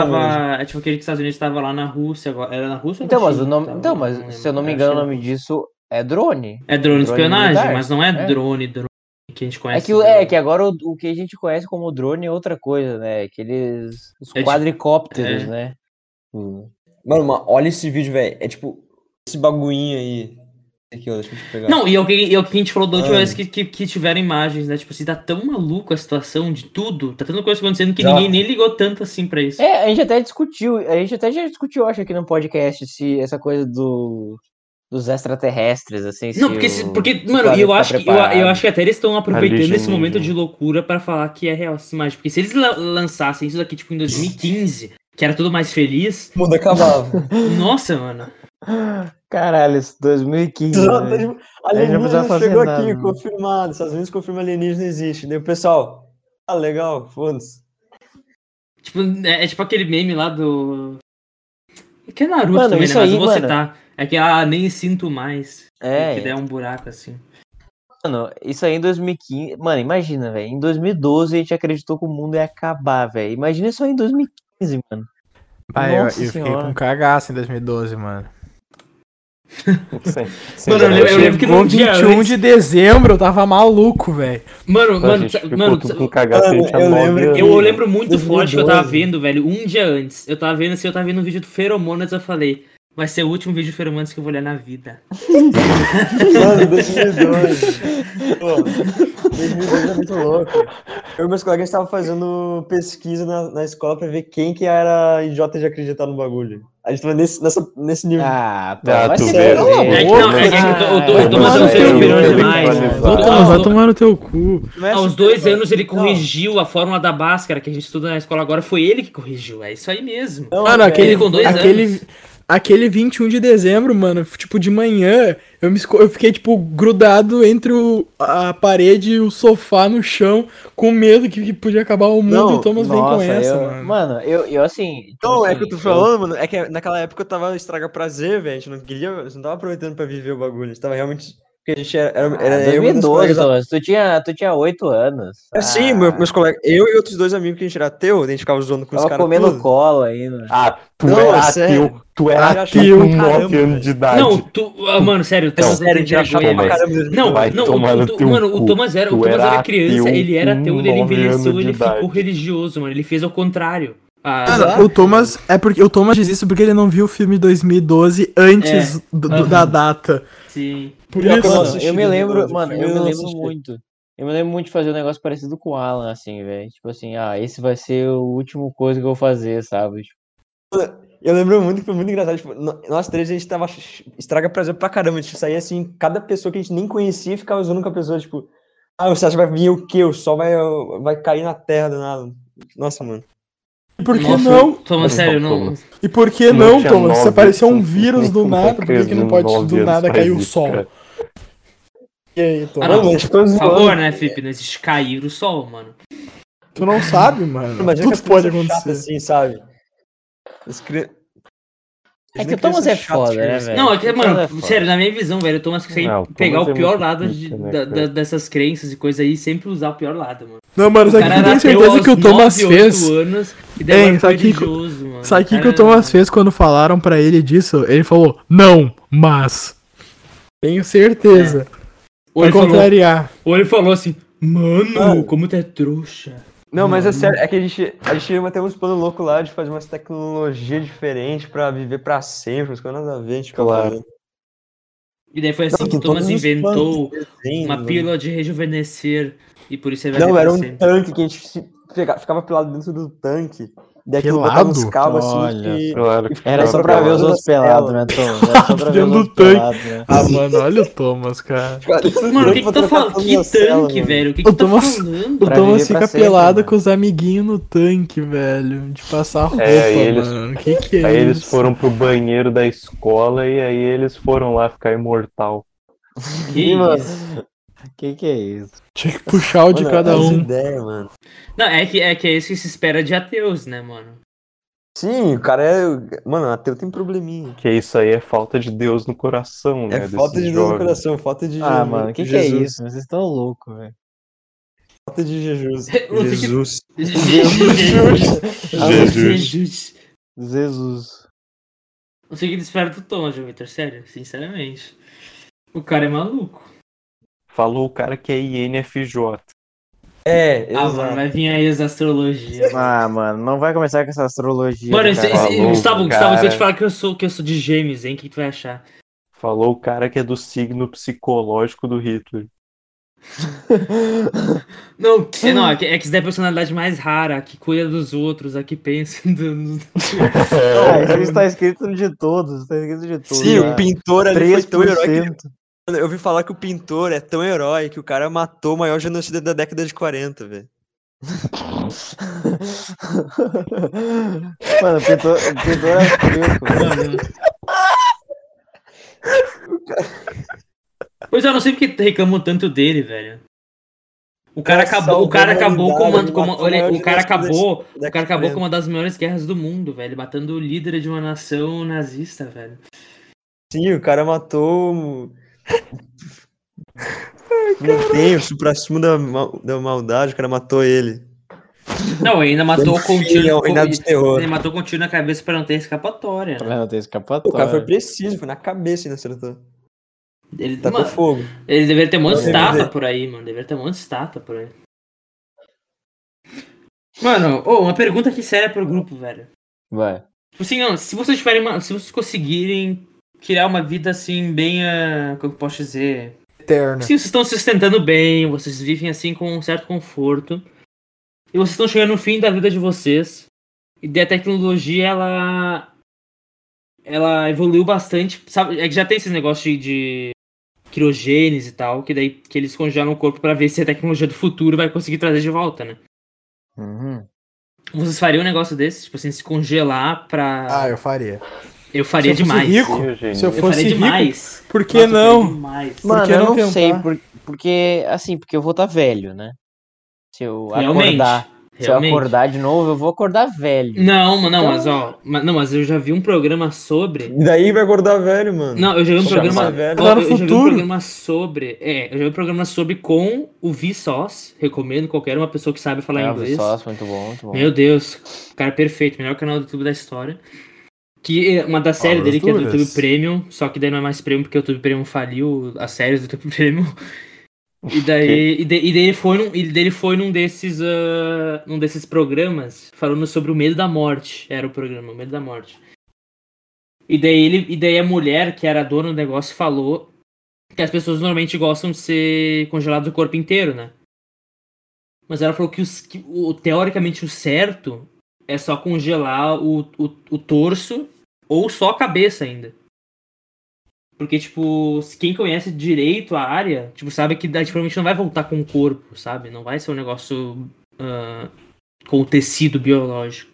D: tava. É tipo aquele que os Estados Unidos tava lá na Rússia agora. Era na Rússia ou na
A: Então, mas, o
D: China?
A: nome,
D: Tava-
A: então, mas
D: lembro,
A: se eu não me
D: era
A: engano, o
D: China.
A: nome disso é drone.
D: É drone de
A: drone
D: espionagem,
A: militar.
D: mas não é,
A: É.
D: drone, drone que a gente
A: É
D: conhece.
A: que, o- é que agora o, o que a gente conhece como drone é outra coisa, né? Aqueles os
D: É tipo-
A: quadricópteros,
D: é.
A: né?
E: Mano, mas olha esse vídeo, velho. É tipo. Esse bagulhinho aí. Aqui, ó, deixa eu te pegar.
D: Não, e é o que, e é o que a gente falou da última
E: Ah.
D: vez que, que, que tiveram imagens, né? Tipo assim, tá tão maluco a situação de tudo, tá tanta coisa acontecendo que
E: Exato.
D: ninguém nem ligou tanto assim pra isso.
A: É, a gente até discutiu, a gente até já discutiu, acho, aqui no podcast, se essa coisa do, dos extraterrestres, assim. se
D: Não, porque, se-
A: o-
D: porque
A: o
D: mano,
A: planeta
D: eu
A: tá
D: acho, que, eu, a- eu
A: preparado.
D: acho que até eles estão aproveitando esse
C: Alienígena.
D: momento de loucura pra falar que é real essa imagem. Porque se eles la- lançassem isso daqui, tipo, em 2015, que era tudo mais feliz,
E: Muda acabava.
D: nossa, mano.
A: Caralho, isso é 2015. né?
E: alienígena
A: precisava fazer
E: chegou
A: nada,
E: aqui,
A: né?
E: confirmado. Estados Unidos confirma alienígena existe. Daí o pessoal. Ah, legal, foda-se.
D: Tipo, é, é tipo aquele meme lá do. É Que é Naruto
A: Mano,
D: também, né?
A: isso
D: Mas
A: aí,
D: eu vou
A: mano.
D: citar. É que ah, nem sinto mais.
A: É,
D: que der um buraco assim.
A: Mano, isso aí em 2015. Mano, imagina, velho. Em 2012 a gente acreditou que o mundo ia acabar, velho. Imagina isso aí em 2015, mano.
F: Ah, eu, eu
A: Nossa
F: fiquei
A: senhora.
F: com cagaço em 2012, mano.
C: Sem- sem
D: Mano, eu lembro- eu
C: garantia.
D: lembro que
F: Chegou
D: num dia
F: 21
D: antes-
F: de dezembro, eu tava maluco, velho.
D: Mano,
C: A
D: mano,
C: gente
D: sabe-
C: ficou
D: mano,
C: tudo
D: sabe-
C: com cagacete
E: Mano, eu
C: há nove
E: lembro-
C: anos.
D: Eu lembro muito
E: 2012.
D: forte que eu tava vendo, velho, um dia antes. Eu tava vendo assim, eu tava vendo um vídeo do Feromonas, eu falei, vai ser o último vídeo do Feromonas que eu vou olhar na vida.
E: Mano, 2012. Pô, 2012 é muito louco. Eu e meus colegas estavam fazendo pesquisa na, na escola pra ver quem que era idiota de acreditar no bagulho. A gente tava nesse, nessa, nesse nível.
A: Ah, pô,
C: Ah,
A: vai
C: tu
A: se
C: vê.
A: fuder,
F: É
D: É que
F: Ô,
D: não, é que, é que
A: cara.
D: o o Thomas é um
C: Mano,
D: fenômeno
C: eu-
D: demais.
C: eu-
F: Ô,
C: Ah,
F: Thomas, vai
D: Aos-
F: tomar no teu cu. é assim,
D: Aos dois anos ele corrigiu a fórmula da Bhaskara que a gente estuda na escola agora, foi ele que corrigiu, é isso aí mesmo.
E: Não, né?
F: Mano,
E: velho.
F: aquele,
D: Ele com dois
F: aquele,
D: anos.
F: aquele 21 de dezembro, mano, tipo, de manhã, eu, me, esco- eu fiquei, tipo, grudado entre o- a parede e o sofá no chão, com medo que, que podia acabar o mundo e o Thomas vem com
A: Nossa,
F: essa,
A: eu-
F: mano.
A: eu, eu assim. tipo
E: Então, é
A: assim,
E: que eu tô falando, mano, é que naquela época eu tava estraga prazer, velho. A gente não queria, a gente não tava aproveitando pra viver o bagulho. A gente tava realmente Porque a gente era. era,
A: Ah,
E: era eu e meus
A: 2012,
E: colegas-
A: Thomas. Tu tinha, tu tinha 8 anos.
E: É, Sim,
A: Ah,
E: meu- meus colegas. Eu e outros dois amigos que a gente era ateu, a gente ficava zoando com os
A: Tava
E: caras.
A: comendo
E: tudo.
A: cola ainda.
C: Ah, tu
E: Não,
C: era
E: é sério.
C: ateu. Tu era
E: Eu achei-
C: ateu com 9
E: Caramba,
C: anos de idade.
D: Não, tu. ah, mano, sério, o Thomas
E: Sério, a
D: não
E: gente
D: tem
E: achava
D: vergonha.
E: pra
C: mas-
E: caramba.
A: né?
E: mesmo.
D: Não,
C: Vai
D: não,
C: tomar
D: o,
C: no
D: tu-
C: teu
D: mano, o
C: cu.
D: Thomas era, o
C: Tu
D: Thomas
C: era
D: era criança,
C: ateu
D: ele era
C: com
D: ateu, ele
C: nove
D: envelheceu,
C: anos
D: ele
C: de
D: ficou
C: idade.
D: religioso, mano, ele fez ao contrário. Ah,
F: Cara, o Thomas é porque o Thomas diz isso porque ele não viu o filme 2012 antes do- do- da data.
D: sim.
F: Por
E: Pior que eu não
A: Mano,
F: isso.
E: assisti
A: eu me
E: de
A: lembro,
E: verdade,
A: mano,
E: filme
A: eu me
E: eu não
A: lembro
E: assisti.
A: muito. Eu me lembro muito de fazer um negócio parecido com o Alan, assim, velho. Tipo assim, ah, esse vai ser o último coisa que eu vou fazer, sabe? Tipo,
E: Eu lembro muito que foi muito engraçado. Tipo, no- nós três a gente tava ch- estraga prazer pra caramba. A gente saía assim, cada pessoa que a gente nem conhecia ficava zoando com a pessoa, tipo, ah, você acha que vai vir o quê? O sol vai, vai cair na terra do nada. Nossa, mano.
F: E por que
D: Nossa,
F: não?
D: Thomas, sério, não.
C: Thomas.
F: E por que
C: Não
F: não,
C: tinha
F: Thomas? Se
C: nove,
F: apareceu um
C: tu-
F: vírus
C: tu-
F: do
C: tu-
F: nada, por que, que não pode
C: um, nove
F: do
C: anos
F: nada
C: faz
F: cair o
C: isso,
F: sol?
C: cara.
F: E aí, Thomas?
D: Ah, não.
E: mas ficou
D: Por
E: zoando.
D: favor, né, Felipe? Não existe cair o sol, mano.
F: Tu não sabe, mano.
E: Imagina que
F: Tudo
E: as
F: pode
E: crianças
F: acontecer.
E: chatas assim, sabe? As cri-
A: É que
E: Imagina
A: o Thomas
E: crianças
A: é
E: chatas,
A: foda,
E: tipo,
A: né,
E: assim.
A: velho?
D: não, é que,
A: Thomas
D: mano,
A: é foda.
D: sério, na minha visão, velho, o Thomas consegue
C: Não, o Thomas
D: pegar
C: é
D: o
C: muito
D: pior lado
C: triste,
D: de-
C: né,
D: da-
C: cara?
D: da- dessas crenças e coisa aí e sempre usar o pior lado, mano.
F: Não, mano, sabe o que eu tenho certeza que o Thomas fez?
D: Anos, e
F: Hein,
D: daí
F: sabe
D: sabe
F: o que-
D: religioso, mano.
F: Sabe o que, que
D: Cara,
F: o Thomas fez quando falaram pra ele disso? Ele falou, não, mas. Tenho certeza.
D: Ou ele,
F: Pra
D: É. falou,
F: contrariar.
D: ou ele falou assim, mano, como tu é trouxa.
E: Não, mas é sério, é que a gente, a gente ia ter uns planos loucos lá de fazer umas tecnologias diferentes pra viver pra sempre, umas coisas nada a ver, tipo,
C: Claro.
E: fazendo
D: E daí foi assim
E: Não,
D: que
E: tem
D: o Thomas
F: é
E: todos
F: um
E: os
D: inventou
E: desenho,
D: uma
F: né?
E: mano.
D: pílula de rejuvenescer. E por isso ele vai
E: Não,
D: viver
E: era um
D: sempre.
E: tanque que a gente se pega- ficava pelado dentro do tanque. Daí aquilo
F: Pelado?
E: botava uns cabos assim
A: Olha.
E: que.
C: Claro. que
A: Era
E: Era
A: só
E: pra
A: pra ver os
E: ver
A: outros
E: as telas.
A: pelados, né, Thomas? Era só pra ver
F: Dentro
A: os
F: do
A: outros
F: tanque.
A: pelados, né?
F: Ah, mano, olha o Thomas, cara.
E: ficava dentro do
D: Mano, o
E: tanque
D: que que
E: pra
D: tu
E: trocar
D: fala?
E: todas
D: Que
E: as células,
D: tanque,
E: mano.
D: velho? O que
F: O
D: que tu tá
F: Thomas-
D: falando?
F: O
A: Pra
F: Thomas
A: viver pra
F: fica
A: sempre,
F: pelado
A: mano.
F: com os amiguinhos no tanque, velho. De passar roupa,
C: e eles-
F: mano. Que que é
C: Aí eles
F: isso?
C: foram pro banheiro da escola e aí eles foram lá ficar imortal.
D: Que
A: Ih, mano.
D: isso?
A: Que que é isso?
F: Tinha que puxar o de
E: Mano, é
F: cada
E: as
F: um.
E: ideias, mano.
D: Não, é que, é que é isso que se espera de ateus, né, mano?
E: Sim, o cara é. Mano, ateu tem probleminha.
C: Que isso aí é falta de Deus no coração, né?
E: É falta
C: desses
E: de Deus no
C: jovens.
E: coração, falta de
A: Ah,
E: jejum,
A: mano, que que é
E: Jesus,
A: isso? Vocês estão loucos, velho.
E: Falta de Jesus.
D: Eu não sei que-
E: Jesus.
D: Jesus.
A: Jesus.
D: Não sei o que ele espera do Thomas, João Vitor, sério, sinceramente. O cara é maluco.
C: Falou o cara que é INFJ.
E: É,
D: Ah, mano,
E: exato.
D: vai vir aí as astrologias.
A: Ah, mano, não vai começar com essa astrologia,
D: Mano, esse,
A: cara. é
D: esse-
E: Tá
C: Falou,
D: Gustavo, Gustavo, se eu te
C: cara.
D: falar que eu sou, que eu sou de gêmeos, hein? O que, que tu vai achar?
C: Falou o cara que é do signo psicológico do Hitler.
D: Não, é, não, é que, é que isso daí é a personalidade mais rara, a que cuida dos outros, a que pensa. do-
A: Ah, isso está escrito de todos, está escrito de todos.
E: Sim,
A: né?
E: o pintor ali foi tão herói que
A: 3%.
E: Mano, Eu ouvi falar que o pintor é tão herói que o cara matou o maior genocida da década de 40, velho.
A: Mano, pintor, pintor austríaco, velho.
D: Mano. Pois é, eu não sei porque reclamam tanto dele, velho. O cara
E: Nossa,
D: acabou, o cara
E: a
D: acabou com uma,
E: humanidade
D: com uma-
E: matou
D: olha,
E: maior
D: o cara
E: genocida
D: acabou,
E: da
D: o cara acabou
E: história.
D: com uma das maiores guerras do mundo, velho, matando o líder de uma nação nazista, velho.
E: Sim, o cara matou. o- um Não tem o supra-sumo da, mal- da maldade, o cara matou ele.
D: Não, ainda matou com um
E: Ele é
D: tiro,
E: o reinado de
D: com,
E: terror.
D: ele matou com um tiro na cabeça pra não ter escapatória, né?
A: Mas é. não tem
E: O cara foi
A: escapatória.
E: preciso, foi na cabeça e não acertou.
D: Ele,
E: Tá com
D: mano,
E: fogo.
D: Ele deveria ter um monte de
E: Não, deveria
D: estátua
E: ter.
D: por aí, mano. Deveria ter um monte de estátua por aí. Mano, ô, uma pergunta aqui séria pro grupo, velho.
A: Vai.
D: Tipo Assim, não, se vocês tiverem uma, se vocês conseguirem criar uma vida assim bem, ah, como eu posso dizer,
F: Eterno.
A: É.
D: Sim, vocês estão se sustentando bem, vocês vivem assim com um certo conforto. E vocês estão chegando no fim da vida de vocês. E daí a tecnologia, ela. Ela evoluiu bastante. Sabe? É que já tem esses negócios de, de criogênese e tal, que daí que eles congelam o corpo pra ver se a tecnologia do futuro vai conseguir trazer de volta, né?
A: Uhum.
D: Vocês fariam um negócio desse? Tipo assim, se congelar pra.
F: Ah, eu faria.
D: eu faria
F: se eu fosse
D: demais.
F: rico,
C: Eugênio.
F: se eu
D: Eu
F: fosse
D: faria
F: rico,
D: demais.
F: Por
D: Nossa,
F: que
D: eu faria
F: não?
D: demais.
A: Mano,
F: que
A: eu
F: não
A: não
F: tentar?
A: sei, por- porque, assim, porque eu vou estar velho, né? tá Se eu
D: Realmente.
A: acordar. Se eu
D: Realmente.
A: acordar de novo, eu vou acordar velho.
D: Não, mas não, mas ó. Mas, não, mas eu já vi um programa sobre.
E: E daí vai acordar velho, mano.
D: Não, eu já vi um
E: Já
D: programa.
E: tá velho.
D: ó,
F: Lá
D: Eu,
F: no
D: já vi um
F: futuro.
D: programa sobre. É, eu já vi um programa sobre com o Vsauce. Recomendo qualquer uma pessoa que sabe falar
A: É, o
D: inglês.
A: Vsauce, muito bom, muito bom.
D: Meu Deus, cara perfeito, melhor canal do YouTube da história. Que é uma da série dele que é do
G: Aventuras.
D: YouTube Premium, só que daí não é mais Premium porque o YouTube Premium faliu as séries do YouTube Premium. E daí, e, de- e daí ele foi num, e daí ele foi num desses, ah, num desses programas falando sobre o medo da morte. Era o programa, o medo da morte. E daí ele, e daí a mulher que era dona do negócio falou que as pessoas normalmente gostam de ser congeladas o corpo inteiro, né? Mas ela falou que, os, que o, teoricamente o certo é só congelar o, o, o torso ou só a cabeça ainda. Porque, tipo, se quem conhece direito a área, tipo, sabe que daí, tipo, provavelmente não vai voltar com o corpo, sabe? Não vai ser um negócio ah, com o tecido biológico.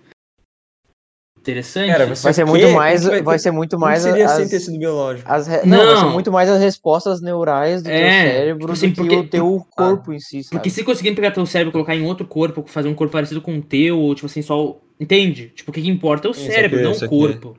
D: Interessante.
E: Cara,
D: isso.
E: você-
A: Vai ser
E: Que?
A: muito mais,
E: Vai ter-
A: vai ser muito
E: Como
A: mais
E: seria
A: as,
E: sem tecido biológico?
A: as re- não, vai ser
D: Não.
A: muito mais as respostas neurais do teu
D: É,
A: cérebro
D: tipo assim,
A: do que
D: porque-
A: o teu corpo em si, sabe?
D: Porque se conseguirem pegar teu cérebro e colocar em outro corpo, fazer um corpo parecido com o teu, ou tipo assim, só. o- Entende? Tipo, o que, que importa é o
E: Isso
D: cérebro,
E: aqui,
D: não
E: isso
D: o
E: aqui.
D: corpo.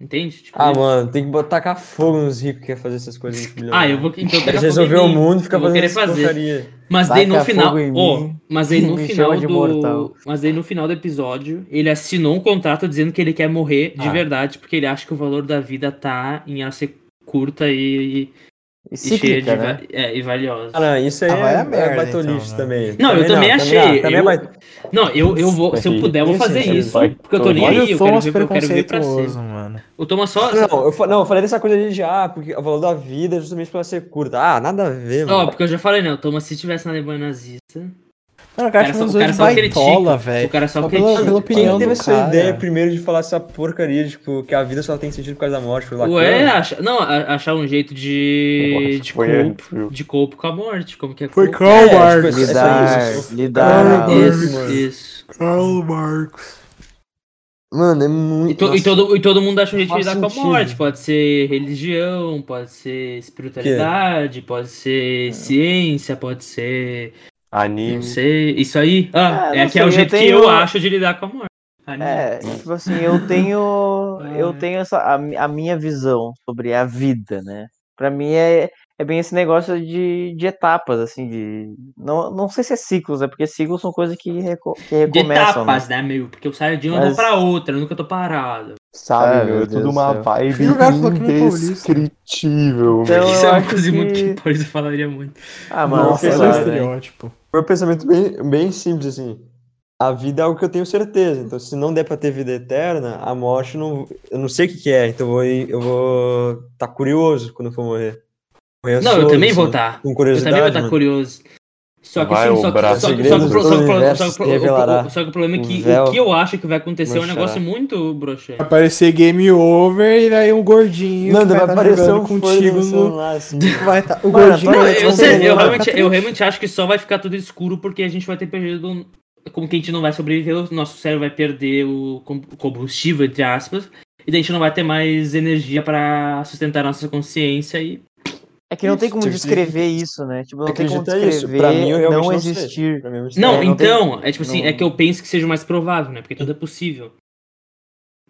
D: Entende? Tipo,
E: Ah,
D: eu-
E: mano, tem que botar tacar fogo nos ricos que quer fazer essas coisas.
D: Ah, eu vou. Então, daqui a pouco
E: resolver
D: eu
E: o
D: nem-
E: mundo e ficar
D: eu vou
E: fazendo
D: querer
E: essa
D: fazer.
E: porcaria.
D: Mas daí no
A: Taca
D: final.
A: fogo em
D: ó,
A: mim,
D: mas aí no
A: me
D: final
A: chama de
D: do.
A: mortal.
D: Mas aí no final do episódio, ele assinou um contrato dizendo que ele quer morrer de
A: Ah.
D: verdade, porque ele acha que o valor da vida tá em ela ser curta e, e-
A: E
D: e cheia de.
A: cíclica, né?
D: va- é, e valiosa.
E: Ah, não, isso aí
G: Ah, vai
E: é,
G: a
E: é
G: merda,
E: baitolice
G: então, né?
E: também.
D: Não, eu também achei,
E: Também, também
D: eu-
E: vai-
D: Não, eu, eu vou. Se eu puder, eu vou
E: Isso,
D: fazer
E: gente,
D: isso.
C: vai-
D: Porque eu tô nem
C: Olha
D: aí,
G: Olha
D: eu
G: o
D: quero,
G: Thomas
D: ver, eu quero ver pra
G: preconceituoso,
D: cima.
G: mano.
D: O Thomas só.
E: Não, eu, fa- não, eu falei dessa coisa de ah, porque o valor da vida é justamente pra ela ser curta. Ah, nada a ver,
D: Ó,
E: mano.
D: porque eu já falei, né? O Thomas, se tivesse na Alemanha nazista.
G: Mano, o cara,
D: cara só-
G: chamou
D: o
G: os
D: cara
G: dois de
D: só critica,
G: baitola, velho.
D: o cara só
G: pela,
D: critica.
G: pela
E: Quem
G: opinião
E: teve
G: do
E: essa
G: cara.
E: ideia primeiro de falar essa porcaria, tipo, que a vida só tem sentido por causa da morte? Foi lá
D: Ué, acha, não, a- achar um jeito de. de
C: Foi
D: cope.
C: antes, viu?
D: De copo com a morte, como que é
G: Foi
D: cope?
G: Karl
E: É,
G: Marx.
E: tipo,
A: Lidar,
E: isso.
A: lidar.
G: Cara,
D: Isso,
E: Mano.
D: isso.
G: Karl Marx.
E: Mano, é
D: E,
E: muito.
D: to- e
E: nossa,
D: todo, e todo mundo acha um jeito de
E: Faz
D: lidar com a
E: sentido.
D: morte. Pode ser religião, pode ser espiritualidade, pode ser
E: É.
D: ciência, pode ser.
C: Anime.
D: Não sei. Isso aí. Ah,
A: Ah,
D: é
A: não
D: que
A: sei,
D: é o
A: eu
D: jeito que
A: tenho-
D: eu acho de lidar com a morte. Anime.
A: É, tipo assim, eu tenho, eu tenho essa, a, mi- a minha visão sobre a vida, né? Pra mim é, é bem esse negócio de, de etapas, assim, de. Não, não sei se é ciclos, é porque ciclos são coisas que, reco, que
D: De
A: recomeçam, né?
D: etapas, né, meu? Porque eu saio de uma e vou
A: Mas-
D: pra outra, eu nunca tô parado.
C: Sabe,
A: Ah,
C: meu,
A: meu
C: é tudo
A: Deus
C: uma
A: do céu.
C: vibe
G: Jogar Floquinho Paulista.
C: indescritível,
A: Então,
D: Isso é
A: eu
D: uma
A: acho
D: coisa muito
A: que-
D: que Paris falaria muito.
A: Ah, mano,
G: Nossa,
A: sei
E: é
G: olha o
A: lá, né?
G: estereótipo.
E: Foi um pensamento bem, bem simples, assim. A vida é algo que eu tenho certeza. Então, se não der pra ter vida eterna, a morte não. Eu não sei o que, que é. Então eu vou, ir- eu vou tá curioso quando eu for morrer. Morrer
D: Não, eu
E: ansioso,
D: também vou tá.
E: assim,
D: estar.
E: Com
D: Eu
E: curiosidade.
D: também vou estar
E: mano.
D: curioso. Só que
C: Vai,
D: assim,
C: o
D: só que,
C: braço.
D: só que- só
E: Segredos
D: que-
E: do
D: só que-
E: universo
D: só que-
E: se
D: só que-
E: revelará.
D: só que o problema é que
E: O véu
D: o que eu acho que vai acontecer é um
E: manchará.
D: negócio muito broxante.
G: Vai aparecer game over e daí um gordinho
E: Mano,
G: que
E: vai
G: vai tá
E: aparecer
G: jogando
E: um
G: contigo
E: contigo
G: no...
E: celular, assim.
G: Vai tá... O
A: Mano,
G: gordinho...
A: tô-
D: Não,
G: vai
D: eu,
G: tá
D: sei-
G: jogando
D: eu
G: lá,
D: realmente,
G: tá
D: eu
G: triste.
D: realmente acho que só vai ficar tudo escuro porque a gente vai ter perdido. um- Como que a gente não vai sobreviver, o nosso cérebro vai perder o com- combustível, entre aspas, e daí a gente não vai ter mais energia pra sustentar nossa consciência e
A: É que não tem como
E: Tipo,
A: descrever isso, né? Tipo, não tem como
E: Acredita é isso.
A: descrever
E: Pra mim, eu realmente
A: não
E: não sei.
A: existir.
E: Pra mim, eu
D: Não,
A: É, não tem-
D: então, é tipo assim,
A: não-
D: é que eu penso que seja o mais provável, né? Porque tudo é possível.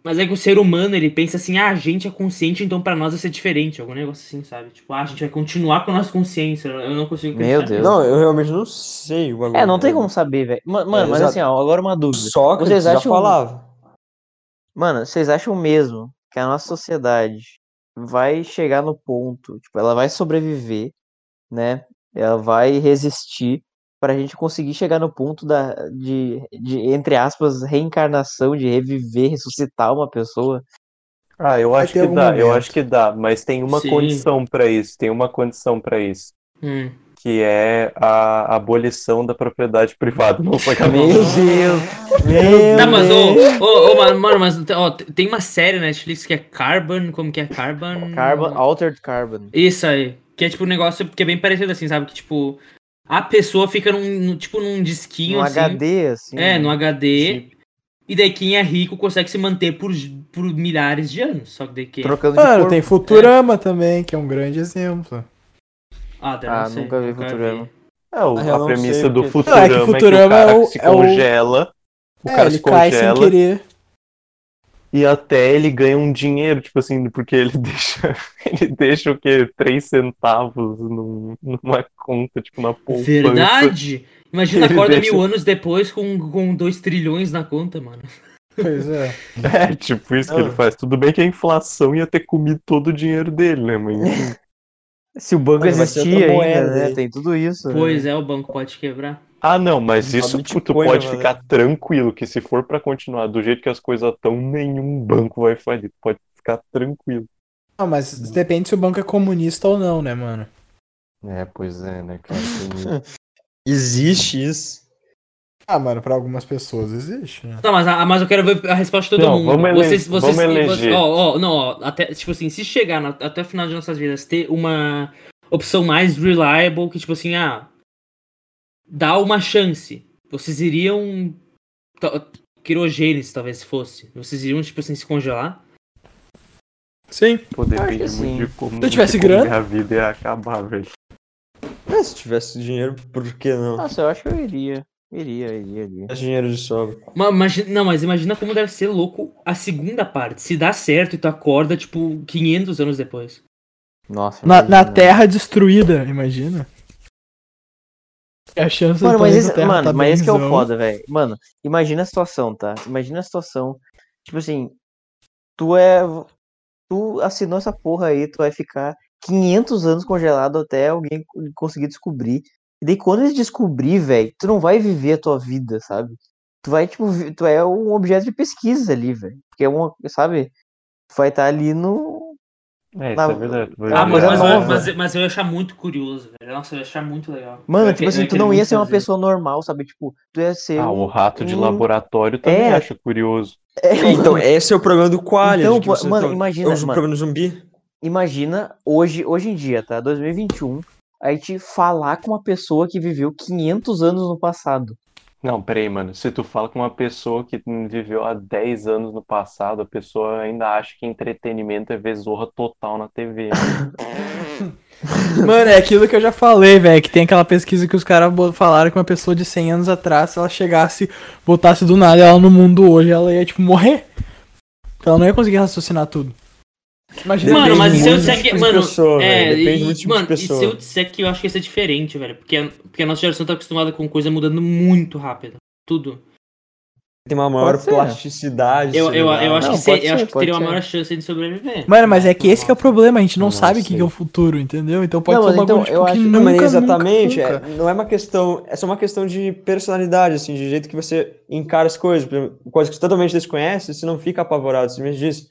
D: Mas é que o ser humano, ele pensa assim, ah, a gente é consciente, então pra nós vai ser diferente, algum negócio assim, sabe? Tipo, ah, a gente vai continuar com a nossa consciência, eu não consigo
A: Meu
D: acreditar.
A: Deus.
E: Não, eu realmente não sei o bagulho.
A: É, não tem como saber, velho. Ma- Mano, mas
E: exato.
A: assim, ó, agora uma dúvida.
E: Sócrates
A: Vocês
E: já
A: acham-
D: um?
E: falava.
A: Mano, vocês acham mesmo que a nossa sociedade vai chegar no ponto, tipo, ela vai sobreviver, né? Ela vai resistir pra gente conseguir chegar no ponto da, de, de, entre aspas, reencarnação, de reviver, ressuscitar uma pessoa.
C: Ah, eu acho
G: ter
C: que
G: algum
C: dá, eu
G: momento.
C: acho que dá, mas tem uma
D: Sim.
C: condição pra isso, tem uma condição pra isso,
D: Hum.
C: que é a abolição da propriedade privada. Não foi
A: Meu Deus! Meu
D: Tá, mas, ô,
A: Deus!
D: ô, ô, mano, mano, mas, ó, tem uma série na Netflix que é Carbon, como que é? Carbon...
A: Carbon, altered carbon.
D: Isso aí. Que é tipo um negócio que é bem parecido assim, sabe? Que tipo, a pessoa fica num, num- tipo num disquinho
A: No
D: assim.
A: HD, assim.
D: É, no HD.
A: Sim.
D: E daí quem é rico consegue se manter por, por milhares de anos. Só que daí quem. é-
A: Trocando de
G: Mano,
A: corpo.
G: tem Futurama também, que é um grande exemplo.
D: Ah, daí
A: Ah,
D: não sei,
A: nunca vi Futurama.
D: vi.
C: É, o-
E: Ah, eu
C: a
E: não
C: premissa
E: sei,
C: do
E: porque-
C: Futurama,
F: Não, é que Futurama
C: o cara
F: é o-
C: se
F: é o-
C: congela, o
F: É,
C: cara
F: ele
C: se
F: cai sem
C: congela
F: querer.
C: e até ele ganha um dinheiro, tipo assim, porque ele deixa, ele deixa o quê? Três centavos num- numa conta, tipo, na poupança.
D: Verdade! Imagina,
C: Ele
D: acorda
C: deixa-
D: mil anos depois com, com 2 trilhões na conta, mano.
G: Pois é.
C: É, tipo, isso que ele
E: Ah.
C: faz. Tudo bem que a inflação ia ter comido todo o dinheiro dele, né, mãe?
A: Se o banco
E: Mas vai ser
A: existia
E: outra
A: ainda,
E: moeda
A: né?
E: daí.
A: Tem tudo isso. né?
D: Pois é, o banco pode quebrar.
C: Ah, não, mas
E: A
C: isso
E: Bitcoin
C: tu pode
E: vai
C: ficar tranquilo, que se for pra continuar do jeito que as coisas estão, nenhum banco vai falir. Tu Pode ficar tranquilo.
G: Não, Ah, mas depende se o banco é comunista ou não, né, mano?
C: É, pois é, né, cara?
E: Existe isso.
G: Ah, mano, pra algumas pessoas existe, né?
D: Tá, mas, a- mas eu quero ver a resposta de todo
C: Não,
D: mundo.
C: vamos ele-
D: vocês, vocês,
C: vamos eleger.
D: vocês- ó, ó, não, ó, até, tipo assim, se chegar na- até o final de nossas vidas, ter uma opção mais reliable, que tipo assim, ah, dá uma chance. Vocês iriam. ta- Quirogênese, talvez fosse. Vocês iriam, tipo assim, se congelar?
F: Sim.
C: Pô,
A: Acho que
C: depende
A: sim.
C: muito de como,
F: Se eu
C: de
F: tivesse
C: como
F: grana-
C: minha vida ia acabar, velho.
E: Mas se tivesse dinheiro, por que não?
A: Nossa, eu acho que eu iria. Iria, iria, iria.
E: Tivesse dinheiro de sobra.
D: Ma- imagi- não, mas imagina como deve ser louco a segunda parte. Se dá certo e tu acorda, tipo, 500 anos depois.
A: Nossa,
F: Na, na
A: imagina.
F: terra destruída, imagina. A chance
A: Mano,
F: de
A: mas
F: planeta
A: esse,
F: Terra
A: mano,
F: tá
A: mas esse que é o
F: bemzão.
A: foda, velho. Mano, imagina a situação, tá? Imagina a situação. Tipo assim, tu é. Tu assinou essa porra aí, tu vai ficar 500 anos congelado até alguém co- conseguir descobrir. E daí quando eles descobrir, velho, tu não vai viver a tua vida, sabe? Tu vai, tipo, vi- tu é um objeto de pesquisa ali, velho. Porque é uma, sabe? Tu vai estar ali no.
C: É,
A: Na-
C: isso é verdade. Vai
A: Ah,
D: Ah, mas,
A: mas é
C: virar-
D: mas,
A: nova.
D: mas- mas eu ia achar muito curioso, velho. Nossa, eu ia achar muito legal. Eu
A: Mano,
D: ia que-
A: tipo assim,
D: eu
A: tu
D: querer
A: não ia
D: muito
A: ser uma
D: fazer.
A: pessoa normal, sabe? Tipo, tu ia ser.
C: Ah, o
A: um...
C: rato de
A: um-
C: laboratório também
A: É.
C: acho curioso.
E: É, então, esse é o problema do Qualia.
A: Então,
E: de que
A: pô,
E: você
A: mano,
E: tá-
A: imagina,
E: É o
A: mano.
E: problema do zumbi.
A: imagina hoje, hoje em dia, tá? 2021, a gente falar com uma pessoa que viveu 500 anos no passado.
C: Não, peraí, mano. Se tu fala com uma pessoa que viveu há 10 anos no passado, a pessoa ainda acha que entretenimento é vezorra total na né? TV.
F: Mano, é aquilo que eu já falei, velho. Que tem aquela pesquisa que os caras bo- falaram que uma pessoa de 100 anos atrás, se ela chegasse, botasse do nada ela no mundo hoje, ela ia, tipo, morrer. Porque Ela não ia conseguir raciocinar tudo. Imagina.
D: Mano,
E: Depende
D: mas e se eu
E: muito
D: disser
E: do
D: que.
E: tipo de
D: Mano,
E: pessoa,
D: é,
E: velho, depende
D: e,
E: muito do tipo de
D: mano, e se eu
E: pessoa.
D: disser que eu acho que ia ser diferente, velho? Porque, a- porque a nossa geração tá acostumada com coisa mudando muito rápido. Tudo.
E: Tem uma maior
A: Pode ser.
E: plasticidade.
D: Eu, eu, eu,
E: cerebral.
D: acho
A: Não,
D: que, se-
A: pode
D: eu acho
A: ser,
D: que
A: pode
D: teria
A: ser.
D: uma maior chance de sobreviver.
F: Mano, mas é que esse que é o problema, a gente não
E: Não
F: sabe o que,
E: sei.
F: que é o futuro, entendeu? Então pode
A: Não,
F: ser um
A: mas
F: bagulho
A: então,
F: tipo,
A: eu
F: que
A: acho-
F: nunca,
E: Não, mas
F: nunca,
E: exatamente,
F: nunca.
E: é- não é uma questão, é só uma questão de personalidade, assim, de jeito que você encara as coisas. Por exemplo, coisas que você totalmente desconhece, você não fica apavorado, você mesmo diz,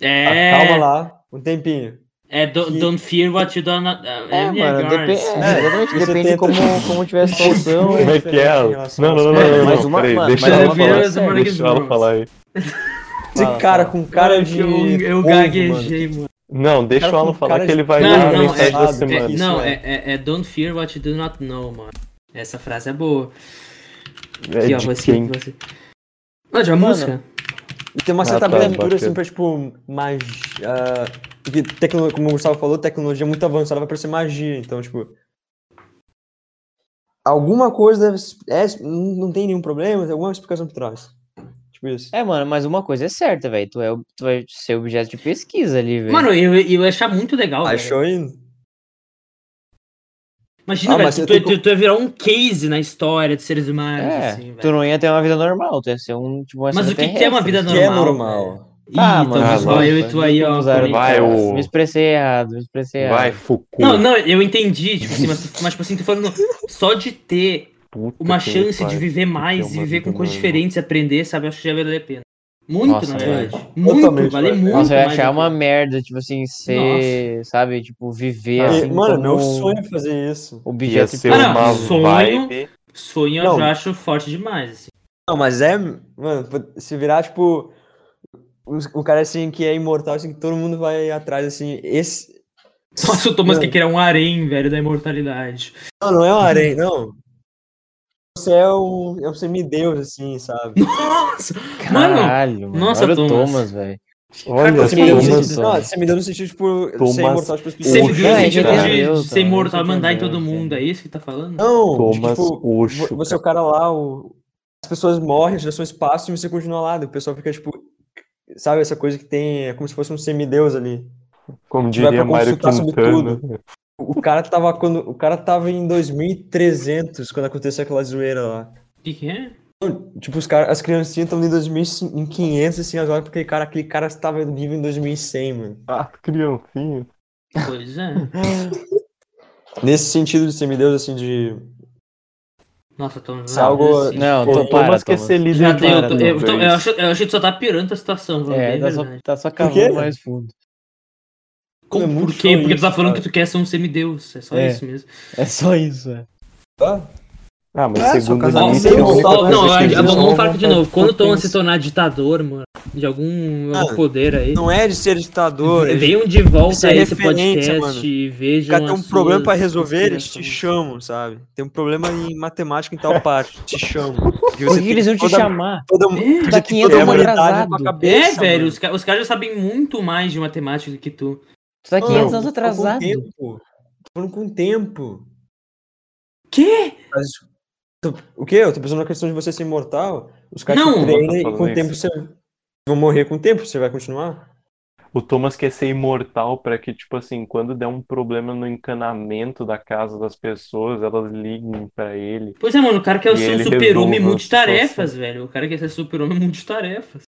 E: ah,
D: É.
E: calma lá, um tempinho.
D: É, don't,
E: Que-
D: don't fear what you don't. Uh,
A: É, mano, depen- é, exatamente,
E: Você
A: depende
E: tenta-
A: como, como tiver a situação.
C: Como é que é?
E: Diferente em relação
C: Não,
E: às
C: não, não, não,
E: coisas.
C: não, não,
A: Mas
C: não,
A: uma-
C: peraí,
A: mano,
C: deixa
A: mas
C: ela
A: uma
C: falar,
A: coisa-
C: deixa ela falar aí.
E: Esse cara com cara de
D: Eu, eu
E: ovo, mano.
D: gaguejei, mano.
C: Não, deixa
E: Cara
C: o
E: com
C: Alan falar
E: cara
C: que
E: de-
C: ele vai
D: Não,
C: dar a
D: não,
C: mensagem
E: é-
C: da
E: é-
C: semana.
E: Isso
D: não,
E: é.
D: é. É, é don't fear what you do not know, mano. Essa frase é boa.
C: É
D: Aqui, ó,
C: de
D: vou
C: quem?
D: escrever pra você. Não, de uma
A: Mano,
D: música.
E: E tem uma
C: Ah,
E: certa
C: tá,
E: abertura,
C: bacana.
E: assim, pra, tipo, magia... Porque, tecno- como o Gustavo falou, tecnologia muito avançada vai parecer magia, então, tipo... Alguma coisa deve... é, não não tem nenhum problema, tem alguma explicação por trás. Tipo isso.
A: É, mano, mas uma coisa é certa, velho. Tu, é, ob- tu vai ser objeto de pesquisa ali, velho.
D: Mano, eu, eu ia achar muito legal. velho.
E: Achou ainda?
D: Imagina,
E: Ah,
D: velho,
E: mas
D: tu,
E: eu
D: tu,
E: tô com-
D: tu ia virar um case na história de seres humanos,
A: é,
D: assim,
A: tu
D: velho.
A: não ia ter uma vida normal, tu ia ser um tipo um
D: Mas o que que é uma vida
E: Que é
D: Normal,
E: normal.
D: Ih,
A: Ah,
D: então,
A: mano,
C: ah,
D: só eu e tu aí, ó.
A: Usaram,
D: conectado.
C: Vai, o-
A: Me expressei errado, me expressei errado.
C: Vai, Foucault.
D: Não, não, eu entendi, tipo assim, mas, mas, tipo assim, tu falando só de ter
C: Puta
D: uma
C: que
D: chance de
C: pariu.
D: viver
C: é
D: mais
C: uma
D: e viver
C: vida
D: com coisas
C: normal.
D: diferentes, aprender, sabe, eu acho que já vale a pena. Muito,
A: Nossa,
D: na
A: velho.
D: verdade. Muito,
E: Totalmente,
D: vale
E: velho.
D: muito.
A: Nossa, eu ia
D: mais
A: achar
D: do que-
A: uma merda, tipo assim, ser, sabe, tipo, viver
C: Ah,
E: E,
A: assim
E: mano,
A: como
E: meu sonho é fazer isso.
C: Ia
A: objeto Ah, de
C: ser
D: Cara,
C: uma
D: sonho-
C: vibe.
D: Sonho eu
E: Não.
D: já acho forte demais, assim.
E: Não, mas é. Mano, se virar, tipo. Um um cara assim que é imortal, assim, que todo mundo vai atrás, assim. Esse.
D: Nossa, o Thomas
E: Mano.
D: quer criar um harém, velho, da imortalidade.
E: Não, não é um harém, não. Você é um. É um semideus, assim, sabe?
D: Nossa, mano,
A: Caralho, mano.
D: Nossa,
A: Olha o
D: Thomas.
A: Thomas, velho.
C: Olha,
E: Você me deu no
C: como
E: sentido,
C: só.
E: não, você me deu no sentido, tipo,
C: Thomas
E: ser imortal, tipo, as pessoas.
D: Você me deu
A: Não,
D: o
A: é
D: sentido
A: que tá.
D: de,
A: Eu
D: de ser
A: também,
D: mortal
A: eu tô
D: mandar em todo
A: entendendo,
D: mundo, é isso que tá falando?
E: Não, de que,
C: Thomas
E: tipo,
C: Oxo,
E: você é o cara lá, o- as pessoas morrem, já são espaço e você continua lá. daí O pessoal fica, tipo, sabe, essa coisa que tem, é como se fosse um semideus ali.
C: como
E: gente vai
C: diria
E: pra
C: Mário
E: consultar sobre
C: Quintana.
E: O o cara tava quando, o cara tava em 2300 quando aconteceu aquela zoeira lá.
D: O que, que é?
E: Tipo, os cara, as criancinhas estão em 2500 assim, agora porque aquele cara, aquele cara estava vivo em 2100, mano.
C: Ah, criancinha.
D: Pois é.
E: Nesse sentido de semideus assim de
D: Nossa, eu tô.
E: Isso é algo-
D: Assim,
A: Não,
C: Pô,
A: tô para,
C: Thomas quer
A: Thomas.
C: ser líder
D: Já
C: de
D: tem, eu, tô-
C: maratona,
D: eu, tô- eu
C: velho.
D: acho, eu acho que tu só tá piorando a situação, vamos
A: É,
D: ver,
A: tá só,
D: verdade.
A: tá só
E: quê?
A: cavando mais fundo.
D: Como,
E: é muito
D: por quê?
E: show
D: Porque tu tá
E: isso,
D: falando
E: cara.
D: que tu quer ser um semideus, é só
A: É.
D: isso mesmo.
A: É só isso, é.
C: Ah, mas
E: É,
G: Ah,
C: segundo
G: sou casado
C: ele,
G: com
C: tem
G: Deus.
C: outra
D: Ó,
C: coisa
D: não,
C: que um
D: a-
C: ele
D: a-
C: não
D: vamos falar aqui de novo. Quando o Thomas
E: pensar.
D: se tornar ditador, mano, de algum, algum
E: Ah,
D: poder aí,
E: Não é de ser ditador, é de
D: venham de
E: isso
D: volta
E: é
D: a esse
E: referência,
D: podcast
E: mano.
D: e vejam.
E: cara tem um
D: as
E: problema pra
D: suas
E: resolver, eles te
D: inspirações.
E: chamam, sabe? Tem um problema em matemática em tal parte, te chamam. Porque
A: Por que eles iam te
E: toda-
A: chamar?
E: Toda,
D: É,
A: Tá 500
E: toda a
A: anos
E: humanidade na
A: atrasado.
E: tua cabeça.
D: É, velho,
E: mano.
D: os, ca- os caras já sabem muito mais de matemática do que tu.
A: Tu tá
E: Não,
A: 500 anos
E: tô falando com o
A: atrasado.
E: tempo. Tô falando com o tempo.
D: Quê?
E: Mas, tô- o quê? Eu tô pensando na questão de você ser imortal. Os caras
D: Não,
E: te treinam e
C: eu tô
E: com o
C: falando
E: tempo você. Vão morrer com o tempo, você vai continuar?
C: O Thomas quer ser imortal pra que, tipo assim, quando der um problema no encanamento da casa das pessoas, elas liguem pra ele.
D: Pois é, mano, o cara quer
C: E
D: ser um
C: ele
D: super-homem
C: resolve a
D: multitarefas, velho. O cara quer ser super-homem multitarefas.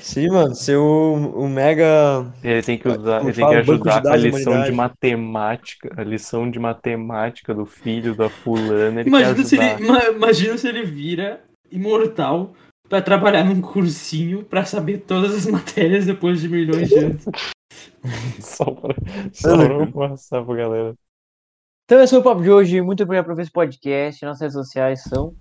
E: Sim, mano, ser o, o mega.
C: Ele tem que usar,
E: Ah, Como
C: ele tem que
E: fala, banco de
C: ajudar com a
E: dados da
C: lição de
E: humanidade.
C: matemática, a lição de matemática do filho da fulana, ele quer
D: Imagina se,
C: ajudar.
D: ele, ima- imagina se ele vira imortal pra trabalhar num cursinho pra saber todas as matérias depois de milhões de anos.
C: Só pra, só
E: Uhum.
C: pra passar pra galera.
A: Então esse foi o papo de hoje. Muito obrigado por ver esse podcast. Nossas redes sociais são.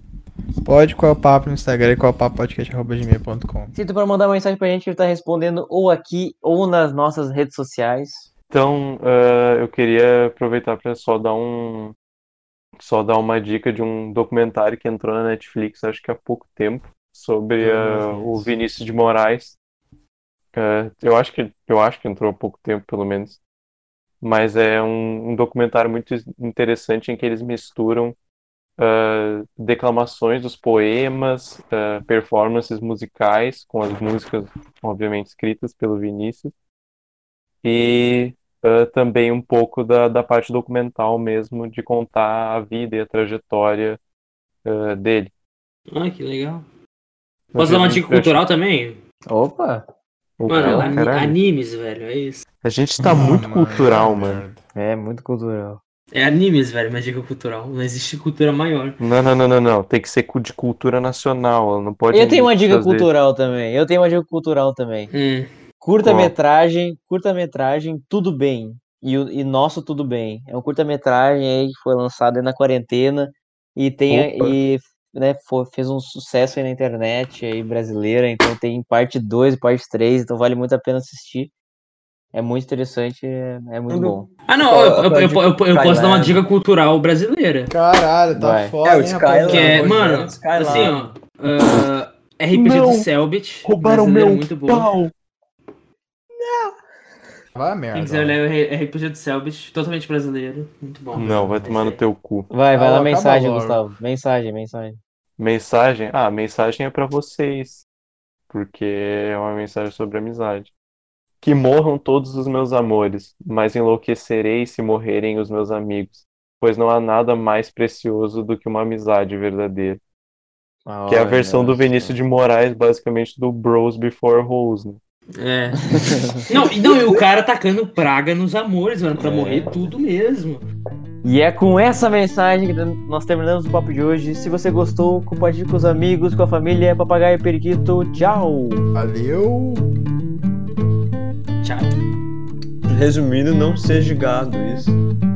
G: Pode qual é o papo no Instagram e qual é o papo podcast.gmail.com.
A: Sinto para mandar uma mensagem pra gente, ele tá respondendo ou aqui ou nas nossas redes sociais.
C: Então, ah, eu queria aproveitar pra só dar um, só dar uma dica de um documentário que entrou na Netflix, acho que há pouco tempo, sobre ah, o Vinícius de Moraes. Ah, eu acho que, eu acho que entrou há pouco tempo, pelo menos. Mas é um, um documentário muito interessante em que eles misturam ah, declamações dos poemas, ah, performances musicais com as músicas, obviamente, escritas pelo Vinícius. E ah, também um pouco da, da parte documental mesmo, de contar a vida e a trajetória ah, dele.
D: Ah, que legal.
C: Não
D: Posso
C: sei
D: dar uma
C: se-
D: dica
C: eu acho-
D: cultural também?
A: Opa!
C: Ô,
D: Mano,
C: cara,
D: ani-
C: caralho.
D: animes, velho, é isso.
C: A gente tá muito cultural, mano.
A: É, muito cultural.
D: É animes, velho, minha dica cultural. Não existe cultura maior.
C: Não, não, não, não, não. Tem que ser cu- de cultura nacional. ela Não pode
A: Eu tenho uma dica
C: fazer-
A: cultural também. Eu tenho uma dica cultural também.
C: É.
D: Hum.
A: Curta-metragem, curta-metragem, tudo bem. E, o- e nosso tudo bem. É um curta-metragem aí que foi lançado aí na quarentena e tem
C: Opa.
A: e né, fo- fez um sucesso aí na internet aí brasileira, então tem parte 2 e parte 3, então vale muito a pena assistir. É muito interessante, é, é muito
E: Tudo-
A: bom.
D: Ah, não, eu, eu- eu- eu- eu posso dar uma
C: né?
E: Skyline.
D: dica cultural brasileira.
G: Caralho, tá
A: Vai.
F: É,
G: foda, hein,
D: É, Que
G: rapaziada?
D: é, mano,
E: Skyline.
D: Assim, ó. ah, RPG
C: Não,
D: do Selbit.
C: Roubaram
D: brasileiro é
C: meu
D: muito bom.
C: pau!
G: Vai
D: Quem
G: merda.
D: quiser olhar o R- RPG do Selbit, totalmente brasileiro. Muito bom. é.
C: Não, vai tomar no teu cu.
A: Vai, vai
G: Ah,
A: lá,
G: acaba
A: mensagem,
G: logo.
A: Gustavo. Mensagem, mensagem.
C: Mensagem? Ah, mensagem é pra vocês, porque é uma mensagem sobre amizade. Que morram todos os meus amores, mas enlouquecerei se morrerem os meus amigos, pois não há nada mais precioso do que uma amizade verdadeira. Que é a versão do Vinícius de Moraes, basicamente do Bros Before Hoes, né?
D: É. não, e- não, e o cara tacando praga nos amores, mano, pra
A: É.
D: morrer tudo mesmo.
A: E é com essa mensagem que nós terminamos o papo de hoje. Se você gostou, compartilhe com os amigos, com a família. Papagaio e Periquito, tchau!
G: Valeu.
D: Tchau.
E: Resumindo, não seja gado, isso.